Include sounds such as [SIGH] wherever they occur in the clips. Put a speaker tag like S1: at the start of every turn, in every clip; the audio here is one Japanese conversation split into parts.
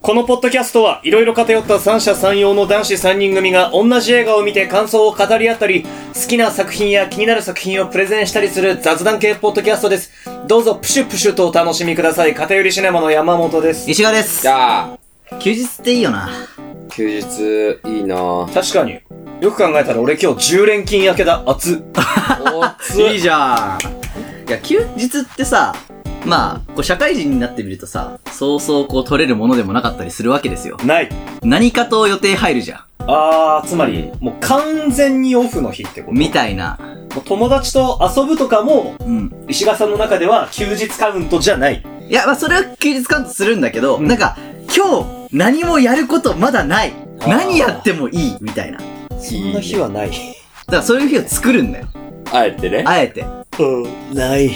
S1: このポッドキャストはいろいろ偏った三者三様の男子3人組が同じ映画を見て感想を語り合ったり、好きな作品や気になる作品をプレゼンしたりする雑談系ポッドキャストです。どうぞプシュプシュとお楽しみください。片寄りシネマの山本です。
S2: 石川です
S3: じ。ゃあ、
S2: 休日っていいよな。
S3: 休日、いいなぁ。
S1: 確かに。よく考えたら俺今日10連勤明けだ。熱っ。
S3: おっつ
S2: いいじゃん。いや、休日ってさ、まあ、こう社会人になってみるとさ、そうそうこう取れるものでもなかったりするわけですよ。
S1: ない。
S2: 何かと予定入るじゃ
S1: あー、つまり
S3: う、
S1: もう完全にオフの日ってこ
S2: ん。
S1: と。
S2: みたいな。
S1: もう友達と遊ぶとかも、
S2: うん。
S1: 石川さんの中では休日カウントじゃない。
S2: いや、まあそれは休日カウントするんだけど、
S1: うん
S2: なんか、今日何もやることまだない。
S3: あー
S2: 何やってもいい。みたいな。だか
S1: そんな日はない。
S2: らそういう日を作るんだよ。
S3: あえてね。
S2: あえて。
S1: うん、ない。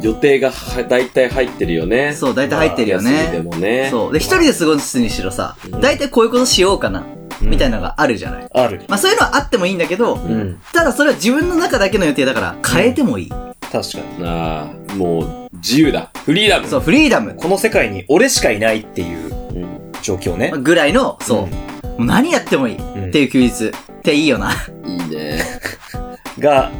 S3: 予定がは大体入ってるよね。
S2: そう、大体入ってるよ
S3: 休みで
S2: ね。
S3: もね。
S2: そう。で、一人で過ごすにしろさ
S3: う、ん
S2: 大体こういうことしようかな。みたいなのがあるじゃない。
S1: ある。
S2: まあそういうのはあってもいいんだけど、
S3: う
S1: うん
S3: ん。
S2: ただそれは自分の中だけの予定だから変えてもいい。
S1: 確かに。
S3: ああ、もう、自由だ。フリーダム。
S2: そう、フリーダム
S1: この世界に俺しかいないっていう
S3: うん。
S1: 状況ね。
S2: ぐらいの、そう、
S1: うん
S2: もう何やってもいいっ
S1: ん
S2: ていう休日っていいよな。 [LAUGHS]
S3: いいね。
S1: が、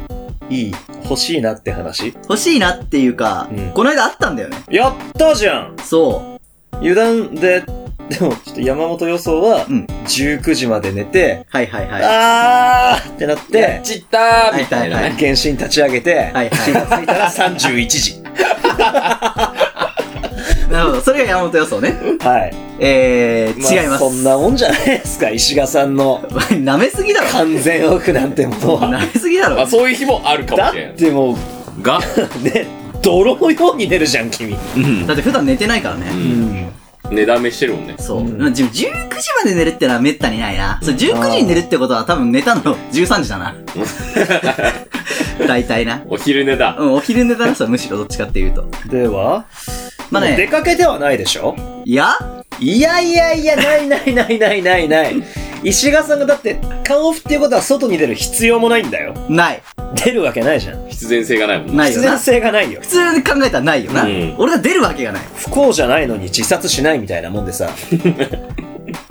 S1: いい。欲しいなって話。
S2: 欲しいなっていうか、
S1: うん
S2: この間あったんだよね。
S1: やったじゃん
S2: そ
S1: 油断で、でも、ちょっと山本予想は
S2: う。、うん。
S1: 19時まで寝て、
S2: はいはいはい。は
S1: あーってなっ
S3: や
S1: て
S3: っ、ちったー
S2: い
S3: みた
S2: はいい
S3: な
S2: は
S3: ね。
S2: い。
S1: 原神立ち上げて、
S2: はい
S1: 気がつ [LAUGHS]
S2: はい
S1: たら31時。
S2: い。なるほど。それが山本予想ね。
S1: はい。
S2: えー、違いま
S1: そん
S2: す。
S1: なもんじゃないですか、石賀さんの
S2: [LAUGHS] 舐めすぎ
S1: [LAUGHS]
S2: だろ。
S1: 完全オフなんてものは。
S2: 舐めすぎだ
S3: あ、
S2: ろ。
S3: そういう日もあるかも
S1: だ
S3: しれん
S1: っ。てもう、
S3: が、
S1: ね、泥のように寝るじゃん、君。
S3: うん
S2: だって普段寝てないから
S3: う
S2: ね。
S3: ん。寝だめしてるもんね。
S2: そう。
S1: うん
S2: まあ自分19時まで寝るってのはめったにないな。そう、19時に寝るってことは多分寝たの13時だな。大体な。
S3: お昼寝だ。
S2: うん、お昼寝だな、それむしろどっちかっていうと。
S1: では、
S2: まあ
S1: もう出
S2: ね、
S1: かけてはないでしょ
S2: いや
S1: いやいやいや、ないないないないないない。石川さんがだって、顔オフっていうことは外に出る必要もないんだよ。
S2: ない。
S1: 出るわけないじゃん。
S3: 必然性がないもんね。
S2: ない
S1: 必
S2: よな。
S1: 然
S2: 普
S1: 性がないよ。
S2: 通に考えたらないよな。
S3: うん
S2: 俺が出るわけがない。
S1: 不幸じゃないのに自殺しないみたいなもんでさ。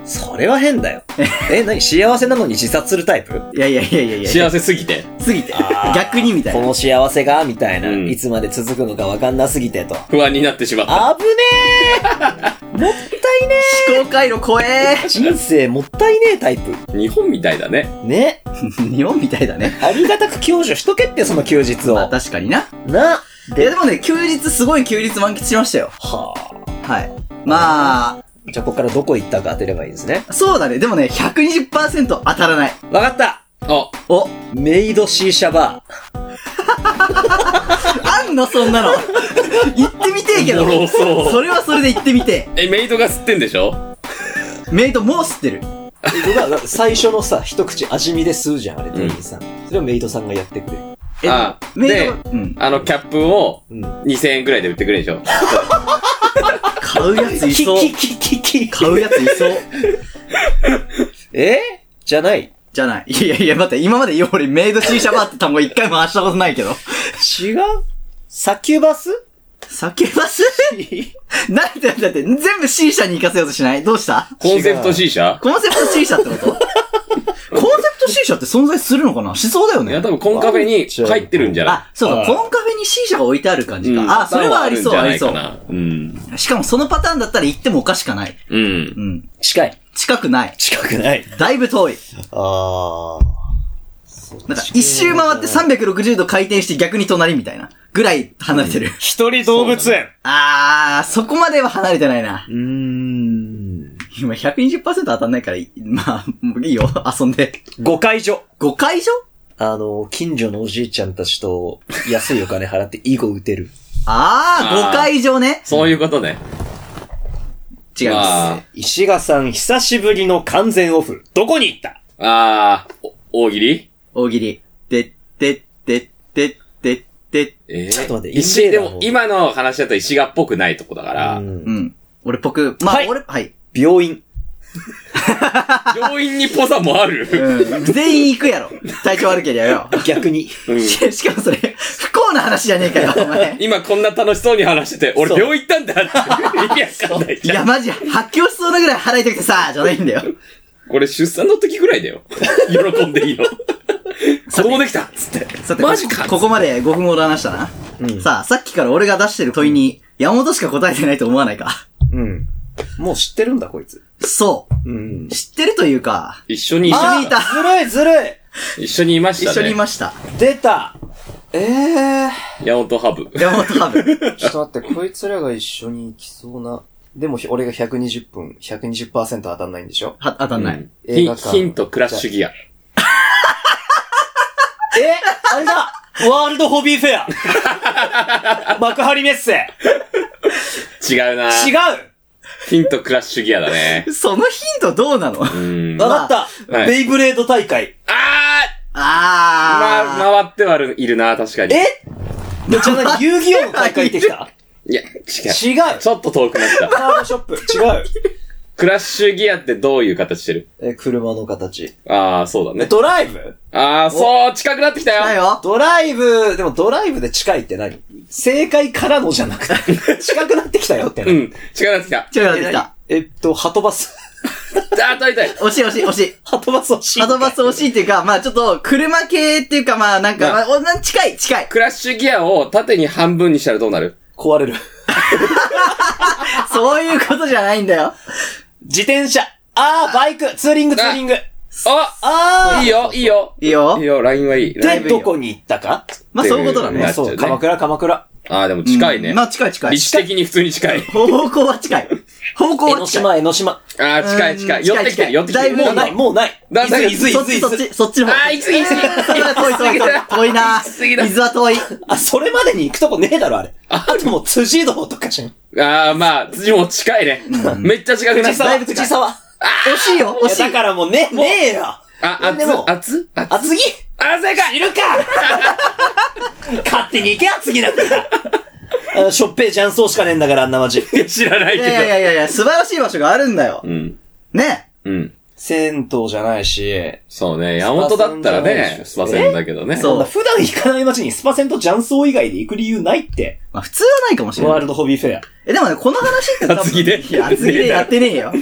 S1: それは変だよ。え、何幸せなのに自殺するタイプ
S2: いやいやいやいやいや。
S3: 幸せすぎて。
S2: すぎて
S1: あー。
S2: 逆にみたい
S1: こ
S2: な。
S1: の幸せがみたいな、
S3: うん
S1: いつまで続くのかわかんなすぎてと。
S3: 不安になってしまった。
S1: あぶね
S2: 思考回路怖え
S1: え人生もったいねえタイプ。
S3: 日本みたいだね。
S1: ね。
S2: ー。日本みたいだね。
S1: ありがたく享受しとけって、その休日
S2: まあ
S1: を。
S2: 確かにな。
S1: な。
S2: いやでもね、休日すごい休日満喫しましたよ。
S1: はあ。
S2: はい。まあ、
S1: じゃあ、ここからどこ行ったか当てればいいですね。
S2: そうだね。でもね、120%当たらない。
S1: わかった
S3: あ、
S2: お、
S1: メイドシーシャバ
S2: あんのそんなの。行ってみてえけ
S3: お
S2: ど。
S3: もろそう
S2: それはそれで行ってみて
S3: え、メイドが吸ってんでしょ
S2: え。メイドもう吸ってる。
S1: ー。だから最初のさ、一口味見で吸うじゃん、あれ、店員さん。それをメイドさんがやってくれる。
S2: え
S3: あ
S2: メイド
S3: で、
S2: うん。
S3: あの、キャップを
S1: うん。
S3: 2000円ぐらいで売ってくれるでしょ
S2: 買うやつい
S1: キ
S2: そう。
S1: キキキキ
S2: 買うやついそう。
S1: えじゃない。
S2: じゃない。いやいや、待って、今までよりメイドシーシャバーって単語一回も発したことないけど。
S1: 違うサキュバス
S2: 酒バスなんてなんてなんて、全部 C 社に行かせようとしないどうした
S3: コンセプト C 社
S2: コンセプト C 社ってことコンセプト C 社って存在するのかなしそうだよ
S3: いや、
S2: ね
S3: 多。分コンカフェに入ってるんじゃない
S2: あ、そう
S1: あ
S2: か、
S1: あ
S2: コンカフェに C 社が置いてある感じ
S3: うん
S2: か。あ、それはありそう、ありそ
S3: 多分
S2: う。
S3: るんじゃないかな
S2: しかもそのパターンだったら行ってもおかしくない。
S3: うん。う。
S2: うんん。
S1: 近い。
S2: 近くない。
S1: 近くない。
S2: だいぶ遠い。
S1: あー。
S2: なんか一周回って360度回転して逆に隣みたいな。ぐらい離れてる。
S1: 一人動物園。
S2: あー、そこまでは離れてないな。
S1: うーん。
S2: 今120%当たんないからいい、まあ、もういいよ。遊んで。
S1: 誤解所。
S2: 5回以上
S1: あの、近所のおじいちゃんたちと安いお金払って囲碁打てる。
S2: ああ、5
S3: あー
S2: 回以上ね。
S3: そういうことね。
S2: 違いま
S3: あ
S2: す。
S1: 石賀さん、久しぶりの完全オフ。どこに行った
S3: ーあー、お大喜利
S2: 大喜利。でってってってってって。
S3: えー
S1: ちょっと待って
S3: 石、
S1: 石
S3: で
S1: だもん
S3: も今の話だと石がっぽくないとこだから。
S1: うん
S2: うん。俺僕、まあ
S1: はい
S2: 俺、はい。
S1: 病院。
S3: 病院にぽさもあ
S2: [LAUGHS]
S3: る。
S2: うん。全員行くやろ。体調悪けりゃよ。
S1: 逆に。
S3: う
S2: [LAUGHS]
S3: ん
S2: ししかもそれ、不幸な話じゃねえかよ、お前。
S3: 今こんな楽しそうに話してて、俺
S1: そう
S3: 病院行ったんだ
S2: [LAUGHS]
S3: って。意味わかんない
S2: い
S3: じゃん。
S2: や、マジ、発狂しそうなぐらい腹痛くてさ、じゃないんだよ。
S3: これ出産の時ぐらい
S2: [LAUGHS]
S3: だよ。喜んでいいの。子供できたっつって。
S2: さて、
S3: マジか
S2: ここまで5分ほど話したな。さあ、さっきから俺が出してる問いに、山本しか答えてないと思わないか。
S1: [LAUGHS] うん。もう知ってるんだ、こいつ。
S2: そ
S1: うん
S2: う。。知ってるというか、
S3: 一緒にい
S2: 一緒
S3: た
S2: にいた。
S1: ずるいずるい
S3: 一緒にいまし
S2: 一
S3: たね。
S2: 緒にいました。
S1: 出たええ
S3: ヤオトハブ。
S2: 山本ハ
S1: [LAUGHS]
S2: ブ。
S1: ー。ちょっと待って、こいつらが一緒に行きそうな。でもひ、俺が120分、120%当たんないんでしょ
S2: は、当たんない。
S3: うんヒ
S1: 映
S3: ン
S1: 画館
S3: ヒントクラッシュギア。
S1: えあれだワールドホビーフェ [LAUGHS] ア幕張メッセ
S3: 違うな
S1: 違う
S3: ヒントクラッシュギアだね。
S2: そのヒントどうなの
S3: うーん。
S1: わかった、
S3: はい
S1: ベイブレード大会。
S3: あー
S2: あー。
S3: ま、回ってはいるな、確
S1: [LAUGHS]
S3: かに。
S1: えじゃあ何遊戯王の大会行ってきた
S3: いや、違う。
S1: 違う
S3: ちょっと遠くなった。
S1: カードショップ違う
S3: クラッシュギアってどういう形してる
S1: え、車の形。
S3: あー、そうだ
S1: え、
S3: ね。
S1: ドライブ
S3: あー、そう、近くなってきた
S2: だ
S3: よ。
S2: よ。
S1: ドライブ、でもドライブで近いって何正解からのじゃなく [LAUGHS] て、近くなってきたよって
S3: う
S1: 何。
S3: ん、近くなってきた。
S2: ちょ、待ってき
S1: え
S2: た。
S1: えっと、ハトバス。 [LAUGHS]
S3: あー、取りたい。
S2: 惜しい惜しい惜しい。
S1: ハトバス欲しい。
S2: アドバス惜しいっていうか、まあちょっと、車系っていうか、まあなんか、
S3: まあ
S2: まあおな近い、近い。
S3: クラッシュギアを縦に半分にしたらどうなる
S1: 壊れる。
S2: そういうことじゃないんだよ。
S1: 自転車。あー、バイク。ツーリング、ツーリング。
S3: あ
S1: あ
S3: いいよ、いいよ。
S2: いいよ
S3: いい。よ、ラインはいい。
S1: ー。
S2: ライ
S1: で、
S2: ブよ
S1: どこに行ったか
S2: まあそういうことだ
S3: な
S2: ね
S3: っ。ちゃうね
S1: そう、鎌倉、鎌倉。
S3: あー、でも近いね
S2: うん。まあ近い近
S3: 位
S2: い。
S3: 置的に普通に近い。
S2: 方向は近い。方向
S1: 江
S2: は
S1: ノ
S2: 近い。
S1: 島、江ノ島。
S3: あー、近い近
S2: う
S3: い。
S2: ん
S3: 寄ってきてる、寄ってきてる。
S2: 近
S1: も
S2: い近い
S3: も
S1: う
S3: う
S1: ない、もうない。
S3: だいぶ
S1: 伊豆、伊
S2: そっ
S1: 豆、
S2: ち
S1: 伊
S2: そっ
S1: 豆。
S2: ち、そっちの方。
S3: あー、行き過ぎ、行き過
S2: それ
S3: ぎ。
S2: は遠い遠い遠い。遠いな
S3: すぎだ
S2: 水は遠い。
S1: あ、それまでに行くとこねえだろ、あれ。あともう辻堂とかじゃん。
S3: ああ、まあ、辻も近いね。めっちゃ近くなっ
S1: 藤
S3: た。
S1: 沢、
S3: い
S1: 藤沢。
S2: 惜しいよ、惜
S1: いや
S2: し
S1: だ
S2: い。
S1: からもうね、ねえよ。
S3: あ、あ
S1: で
S3: つ
S1: も、、
S3: あつあつ
S1: あ、次
S3: あ、正解
S1: いるか勝手に行けや、次なんだから。あしょっぺージャンソーしかねえんだから、あんな街。
S3: いや知らない
S2: い
S3: け
S2: や
S3: ど。
S2: いやいやいや、素晴らしい場所があるんだよ
S3: う。ん。
S2: ね。
S3: うん。
S1: 銭湯じゃないし、
S3: そうね、山本だったらね、
S1: ス
S3: ス
S1: パ
S3: パ
S1: セ
S3: セ
S1: ン
S3: ンだけどね。
S2: そう
S3: う。
S1: そんな普段行かない街にスパセンとジャンソー以外で行く理由ないって。
S2: まあ普通はないかもしれ
S1: ワ
S2: な
S1: ー
S2: い。
S1: ルドホビーフェア。
S2: え、でもね、この話って多分
S3: 厚木で
S2: いや、厚木でやってねえよ。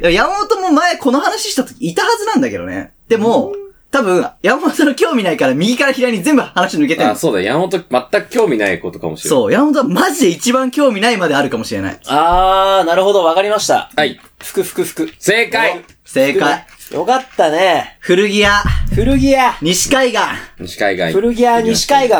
S2: いや山本も前この話した時いたはずなんだけどね。でも、多分、山本の興味ないから右から左に全部話抜けてる
S3: あ、。そうだ、山本全く興味ないことかもしれない。
S2: そう、山本はマジで一番興味ないまであるかもしれない。
S1: あー、なるほど、わかりました。
S3: はい。
S1: ふくふくふく。
S3: 正解
S2: 正解。
S1: よかったね。
S2: 古着屋、
S1: 古着屋。
S2: 西海岸。
S3: 西海岸。
S1: 古着屋西海岸。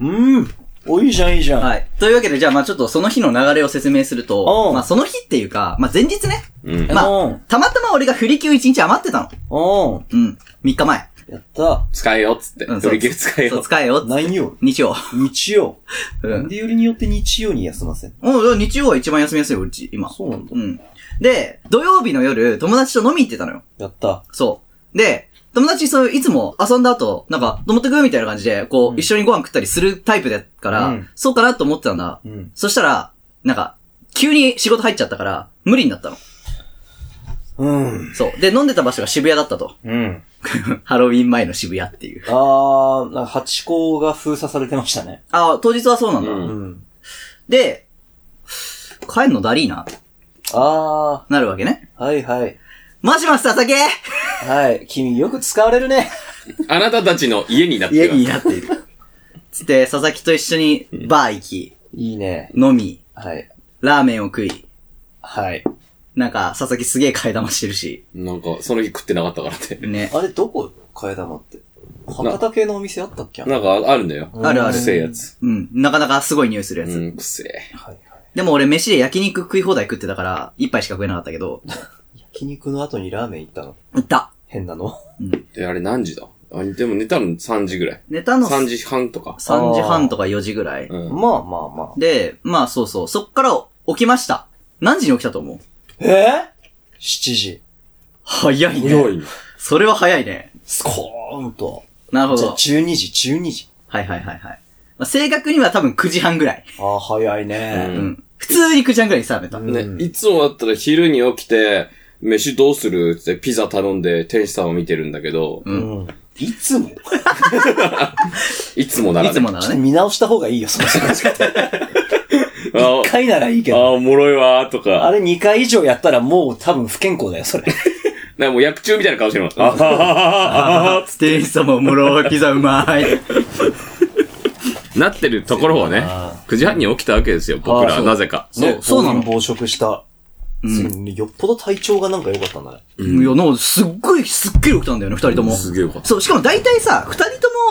S1: うん。お、いいじゃん、いいじゃん。
S2: はい。というわけで、じゃあ、まあちょっとその日の流れを説明する
S1: う
S2: と
S1: ん、
S2: まあその日っていうか、まあ前日ね。
S3: うん。
S2: ま
S1: う
S2: あ
S1: ん、
S2: たまたま俺が振り休1日余ってたの。
S1: う
S2: うん。3日前。
S1: ん。やった。
S3: 使えよ、っつって。
S2: うん、
S3: 取り切り使え
S2: そ
S3: よ
S2: う、。使えよっつ。
S1: 何曜
S2: 日曜。
S1: 日曜。
S2: う
S1: なん
S2: ん。
S1: でよりによって日曜に休ません
S2: うん、日曜は一番休みやすいよ、うち、今。
S1: そうなんだ
S2: う。ん。で、土曜日の夜、友達と飲み行ってたのよ。
S1: やった。
S2: そう。で、友達、そう、いつも遊んだ後、なんか、飲ってくみたいな感じで、こう、
S1: うん
S2: 一緒にご飯食ったりするタイプだから、
S1: うん
S2: そうかなと思ってたんだ。
S1: うん。
S2: そしたら、なんか、急に仕事入っちゃったから、無理になったの。
S1: うん。
S2: そう。で、飲んでた場所が渋谷だったと。 [LAUGHS]
S1: うん。
S2: ハロウィン前の渋谷っていう。
S1: あー、なんか、ハチ公が封鎖されてましたね。
S2: ああ、当日はそうなんだ。
S3: うん
S1: ん。
S2: で、帰んのだりーな、
S1: あ
S2: なるわけね。
S1: ー、はいはい。
S2: もしもし、佐々木
S1: はい。君よく使われるね。
S3: あなたたちの家になって
S2: 家
S3: る。
S2: になっている。つって、佐々木と一緒にバー行き、
S1: いいね。
S2: 飲み、
S1: はい。
S2: ラーメンを食い、
S1: はい。
S2: なんか、佐々木すげえ替え玉してるし、
S3: なんか、その日食ってなかったからって。
S2: ね。
S1: あれ、どこ替え玉って。博多系のお店あったっけはい
S3: なんか、あるんだよ。
S2: あるあ
S3: う
S2: る
S3: る。せえやつ。
S2: うん。なかなかすごい匂いするや
S3: う
S2: つ。
S3: ん、くせえ。
S1: はい。
S2: でも俺飯で焼肉食い放題食ってたから、一杯しか食えなかったけど、
S1: 焼肉の後にラーメン行ったの。
S2: 行った。
S1: 変なの。
S3: で、あれ何時だあでも寝たの3時ぐらい。
S2: 寝たの
S3: 3時半とか。
S2: 3時半とか4時ぐらい。
S3: うん。
S1: まあまあまあ。
S2: で、まあそうそう、そっから起きました。何時に起きたと思う
S1: え ?7 時。
S2: 早い
S3: 強
S2: ね。
S3: いね。
S2: それは早いね。
S1: スコーンと。
S2: なるほ
S1: じゃあ
S2: ど。
S1: 12時、12時。
S2: はいはいはいはい。まあ、正確には多分9時半ぐらい。
S1: ああ、早いうね。
S2: ん。普通に9時半ぐらいにさ、めた。
S1: うん
S3: ね、いつもだったら昼に起きて、飯どうするってピザ頼んで店主さんを見てるんだけど、
S1: うん。
S4: いつも
S3: いつもなら、
S2: いつもな
S1: ちょ
S2: ら
S1: っと
S2: ね。
S1: 見直した方がいいよ、その過ごし方。
S3: あ
S1: [LAUGHS] 一回ならいいけ
S3: あ、
S1: ど。
S3: おもろいわーと
S1: あ
S3: か。
S1: れ2回以上やったらもう多分不健康だよ、それ。
S3: なんかもう薬中みたいな顔してるもん。あはははははは。
S2: 店員さんもおもろい、ピザうまい。
S3: [LAUGHS] なってるところをね、9時半に起きたわけですよ、僕
S1: あ
S3: ら、
S1: そう
S3: なぜか。
S2: そうそうなの
S1: 暴食した。うん。よっぽど体調がなんか良かったんだね。
S2: いや、なんかすっごいすっきり起きたんだよね、二人とも。
S3: すげえよかった
S2: そう、しかも大体さ、二人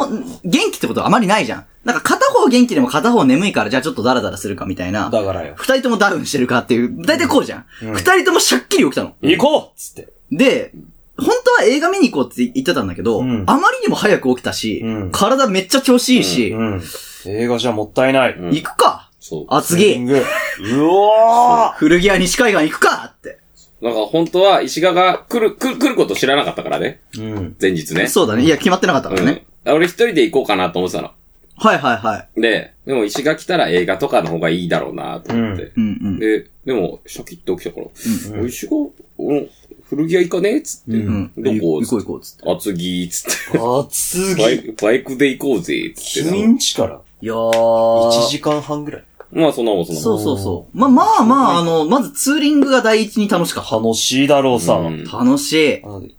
S2: ともん元気ってことはあまりないじゃん。なんか片方元気でも片方眠いから、じゃあちょっとダラダラするかみたいな。
S1: だからよ。
S2: 二人ともダウンしてるかっていう、大体こうじゃん。二、人ともしゃっきり起きたの。
S1: 行こうっつって。
S2: で、本当は映画見に行こうって言ってたんだけど、
S1: うん
S2: あまりにも早く起きたし、
S1: うん
S2: 体めっちゃ調子いいし、
S1: うん。映画じゃもったいない。
S3: ん
S2: 行くか
S3: そう。
S2: あ、
S1: リン
S2: 次
S1: グうわ
S2: 古着屋西海岸行くかって。
S3: なんか本当は石川が来る、来る、来ること知らなかったからね。
S1: ーうん。
S3: 前日ね。
S2: そうだね。いや、決まってなかったからね。
S3: うん。俺一人で行こうかなと思ってたの。
S2: はいはいはい。
S3: で、でも石が来たら映画とかの方がいいだろうなと思って。
S2: うんうん。
S3: で、でも、シャキッと起きたから、おい石が、うん、古着屋行かねえっつって。
S2: うん。
S3: どこ
S2: 行こう行こうっつって。
S3: 厚木っつって。
S1: 厚
S3: バ
S1: 着。
S3: イバイクで行こうぜっつって。
S1: 君んちから
S2: いやー。
S1: 1時間半ぐらい。
S3: まあそんなもんそんなもん。
S2: そうそうそう。まあまあまあ、あの、まずツーリングが第一に楽しかっ
S1: 楽しいだろうさ。
S3: うん
S2: た。楽しい。
S1: あのね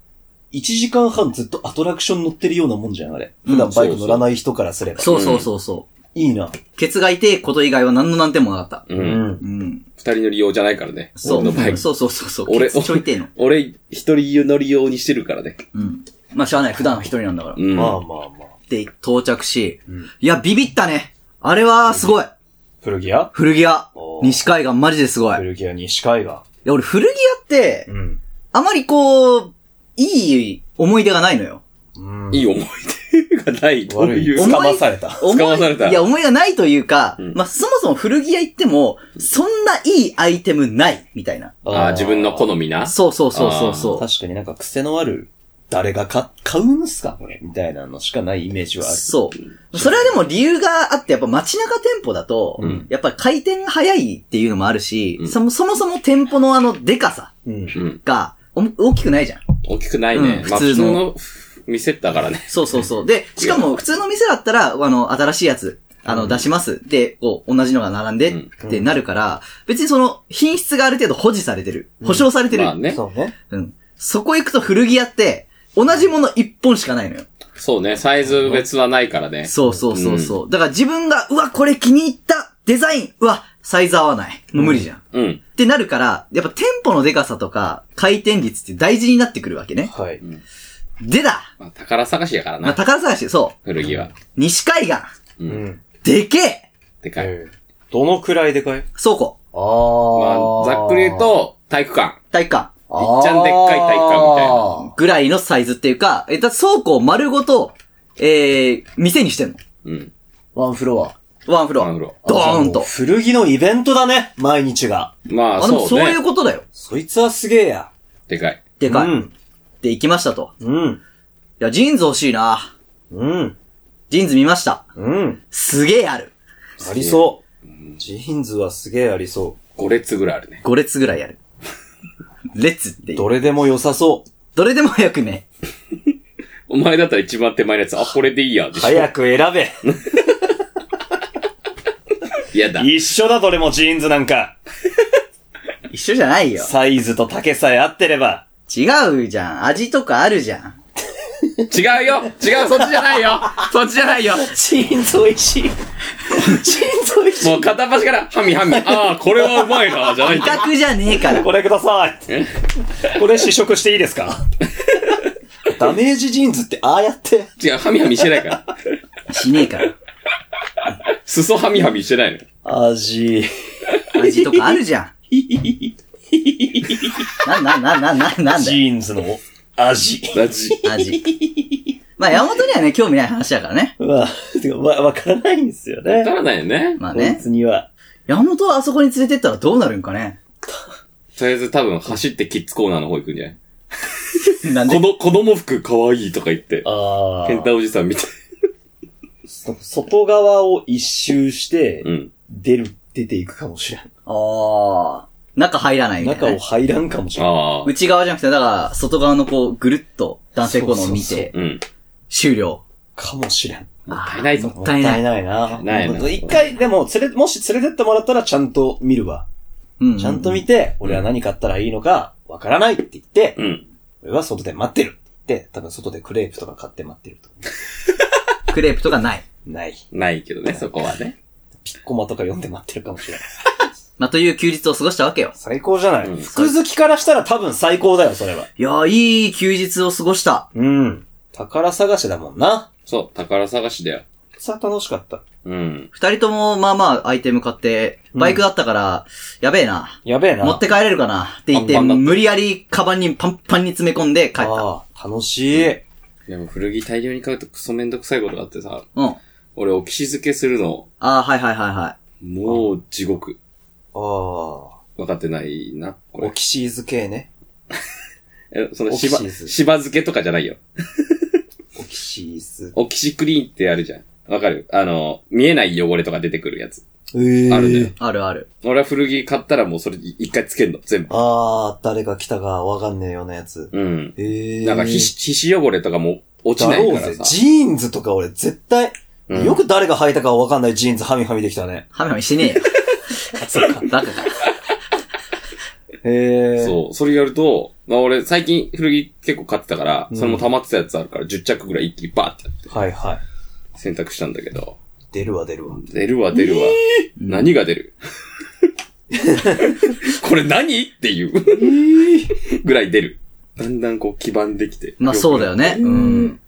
S1: 1時間半ずっとアトラクション乗ってるようなもんじゃん、あれ。普段バイク乗らない人からすれば。
S2: そうそうそうそう。
S1: いいな。
S2: ケツが痛いこと以外は何の難点もなかった。
S3: う。
S1: うんん。
S2: うん。
S3: 二人乗り用じゃないからね。
S2: そ
S3: 俺のバイ
S2: う。
S3: ク。
S2: そうそうそうそう。
S3: 俺
S2: ケツちょい痛いの。
S3: 俺、一人乗り用にしてるからね。
S2: うん。まあしゃあない。普段は一人なんだから。
S3: うん。
S1: まあまあまあ。
S2: で、到着し。いや、ビビったね。あれは、すごい。
S1: 古着屋
S2: 古着屋
S1: お。ー
S2: 西海岸、マジですごい。い
S1: 古着屋西海岸。
S2: や、俺、古着屋って、
S1: ん。
S2: あまりこう、いい思い出がないのよ。
S1: うん。
S3: いい思い出がない。どう
S1: 悪
S3: い
S1: い。
S3: う
S2: 思。
S1: 捕まされた。
S2: 思い
S3: 使わされた
S2: いや、思いがないというか、
S3: ん
S2: まあ、そもそも古着屋行っても、そんないいアイテムない、みたいな。
S3: ああ、自分の好みな。
S2: そうそうそうそうそう。
S1: 確かになんか癖のある、誰がか買うんすかこれみたいなのしかないイメージはある。
S2: そう。それはでも理由があって、やっぱ街中店舗だと、
S1: ん
S2: やっぱ回転が早いっていうのもあるし、
S3: うん
S2: そもそもそも店舗のあの、でかさ
S1: うん。
S3: うん。
S2: が、お大きくないじゃん。
S3: 大きくないね。
S2: うん
S3: まあ
S2: 普
S3: 普
S2: 通
S3: 通
S2: の
S3: の店だからね。
S2: そうそうそう。で、しかも普通の店だったら、あの、新しいやつ、あの、出します。で、こう、同じのが並んで
S3: うん
S2: ってなるから、別にその、品質がある程度保持されてる。保証されてる。
S3: まあね。
S1: そうね。
S2: うん。そこ行くと古着屋って、同じもの一本しかないのよ。
S3: そうね。サイズ別はないからね。
S2: そうそうそうそう。だから自分が、うわ、これ気に入ったデザインうわ、サイズ合わない。もう無理じゃん。っ
S3: うん。
S2: てなるから、やっぱ店舗のデカさとか、回転率って大事になってくるわけね。
S1: はい。
S2: でだ
S3: まあ宝探しやから
S2: まあ、
S3: な。
S2: 宝探し、そ
S3: 古着は。
S2: う。西海岸。
S1: う
S3: うん。
S1: ん。
S2: でけえ
S3: でかい。
S1: どのくらいでかい
S2: 倉庫。
S1: あ
S3: ま
S1: あ
S3: あ、ざっくり言う、と、体育館。
S2: 体育館。
S1: あー
S3: いっちゃんでっかい体育館みたいな。
S2: ぐらいのサイズっていうか、え、だって倉庫を丸ごと、えー、店にしてんの。
S3: うん。
S1: ワンフロア。
S2: ワンフロア。
S3: ワンフロ
S2: ドーンと。
S1: 古着のイベントだね、毎日が。
S3: まあ、
S2: あ、でも
S3: そう
S2: そうい
S3: ね
S2: う。ことだよ。
S1: そいつはすげえや。
S3: でかい。
S2: でか
S1: う
S2: い。
S1: ん。
S2: で、行きましたと。
S1: うん。
S2: いや、ジーンズ欲しいな。
S1: うん。
S2: ジーンズ見ました。
S1: うん。
S2: すげえある。
S1: ありそう。ジーンズはすげえありそ
S3: 5列ぐらいあるね。
S2: 5列ぐらいある。列っ
S1: う。
S2: ていう。
S1: どれでも良さそう。
S2: どれでも早くね。
S3: お前だったら一番手前のやつ、あ、これでいいや。でしょ
S1: 早く選べ。
S3: 嫌
S1: [LAUGHS]
S3: だ。
S1: 一緒だ、どれもジーンズなんか。
S2: 一緒じゃないよ。
S1: サイズと丈さえ合ってれば。
S2: 違うじゃん。味とかあるじゃん。
S3: 違うよ違うそっちじゃないよそっちじゃないよ
S1: ジーンズ美味しい。 [LAUGHS] ジーンズ美味
S3: もう片っ端から、はみはみ。ああ、これはうまいな、じゃないん
S2: 味
S3: だよ。
S2: 覚じゃねえから。
S1: これください。これ試食していいですかダメージジーンズってああやって。
S3: 違う、はみはみしてないから。
S2: しねえから。
S3: 裾はみはみしてないのよ。
S1: 味。
S2: 味とかあるじゃん。な、な、な、な、な、なん
S1: ジ
S2: だよ。
S1: ーンズの味。
S3: ラジ。
S2: 味。まあ、山本にはね、興味ない話だからね。
S1: まあ、てかわ、わからないんですよね
S3: わか。らないよね。
S2: まあ
S1: こい
S2: ね。
S1: つには。
S2: 山本はあそこに連れてったらどうなるんかね。
S3: とりあえず多分走ってキッズコーナーの方行くんじゃな
S2: な
S3: い
S2: ん
S3: こ
S2: で
S3: の、子供服可愛いとか言って、
S1: あ
S3: ケンタおじさん見て。
S1: 外側を一周して
S3: う、ん。
S1: 出る、出ていくかもしれん。
S2: ああ。中入らないみたいな
S1: 中
S2: ね、
S1: を入らんかもしれない。
S3: ああ。
S2: 内側じゃなくて、だから、外側のこう、ぐるっと男性コーナーを見
S1: そうそう
S2: て、
S3: うん。
S2: 終了。
S1: かもしれん。
S3: もったいないぞ
S2: もったいない。
S1: ないな。
S3: ないな
S1: 一回、でも、連れ、もし連れてってもらったらちゃんと見るわ。
S2: うん
S1: ちゃんと見て、俺は何買ったらいいのか、わからないって言って、
S3: うん。
S1: 俺は外で待ってるって言って、多分外でクレープとか買って待ってると思
S2: クレープとかない。
S1: う。ない。
S3: ないけどね、そこはね。
S1: ピッコマとか読んで待ってるかもしれない。
S2: まあ、という休日を過ごしたわけよ。
S1: 最高じゃない、
S3: うん
S1: 服好きからしたら多分最高だよ、それは。
S2: いやー、いい休日を過ごした。
S1: うん。宝探しだもんな。
S3: そう、宝探しだよ。
S1: さあ楽しかった。
S3: うん。
S2: 二人とも、まあまあ、アイテム買って、バイクだったから、やべえな。
S1: やべえな。
S2: 持って帰れるかなって言って、
S3: パンパンだった
S2: 無理やり、カバンにパンパンに詰め込んで帰った。
S1: ああ、楽しい。
S3: でも古着大量に買うとクソめんどくさいことがあってさ、
S2: うん。あ
S3: 俺オキシ漬けするの、
S2: あー、はいはいはいはい。
S3: もう地獄。
S1: ああ。
S3: 分かってないな、こ
S1: オ
S3: れ。
S1: キシーズ系ね。
S3: え、その
S1: オキシ
S3: 芝、
S1: です
S3: 芝漬けとかじゃないよ。
S1: オキシーズ。
S3: オキシクリーンってあるじゃん。わかるあの、見えない汚れとか出てくるやつ。
S1: ええ
S3: あるね。
S2: あるある。
S3: 俺は古着買ったらもうそれ一回つけんの、全部。
S1: ああ、誰が来たかわかんねえようなやつ。
S3: うん。
S1: ええ
S3: なんか皮脂、皮脂汚れとかも落ち
S1: だ
S3: ない
S1: ろう
S3: から
S1: ぜ。
S3: さ。
S1: ジーンズとか俺絶対、
S3: うん
S1: よく誰が履いたかわかんないジーンズはみはみできたね。
S2: はめはめしてねえよ。バカか。
S1: [LAUGHS] へえ。う。
S3: そう。それやると、まあ俺最近古着結構買ってたから、それも溜まってたやつあるから10着ぐらい一気にバーってやって
S1: はいはい。
S3: 洗濯したんだけど、
S1: 出るわ出るわ。
S3: 出るわ出るわ。何が出る
S2: [LAUGHS]
S3: これ何っていうぐらい出る。だんだんこう基盤できて。
S2: まあ、そうだよね。うん。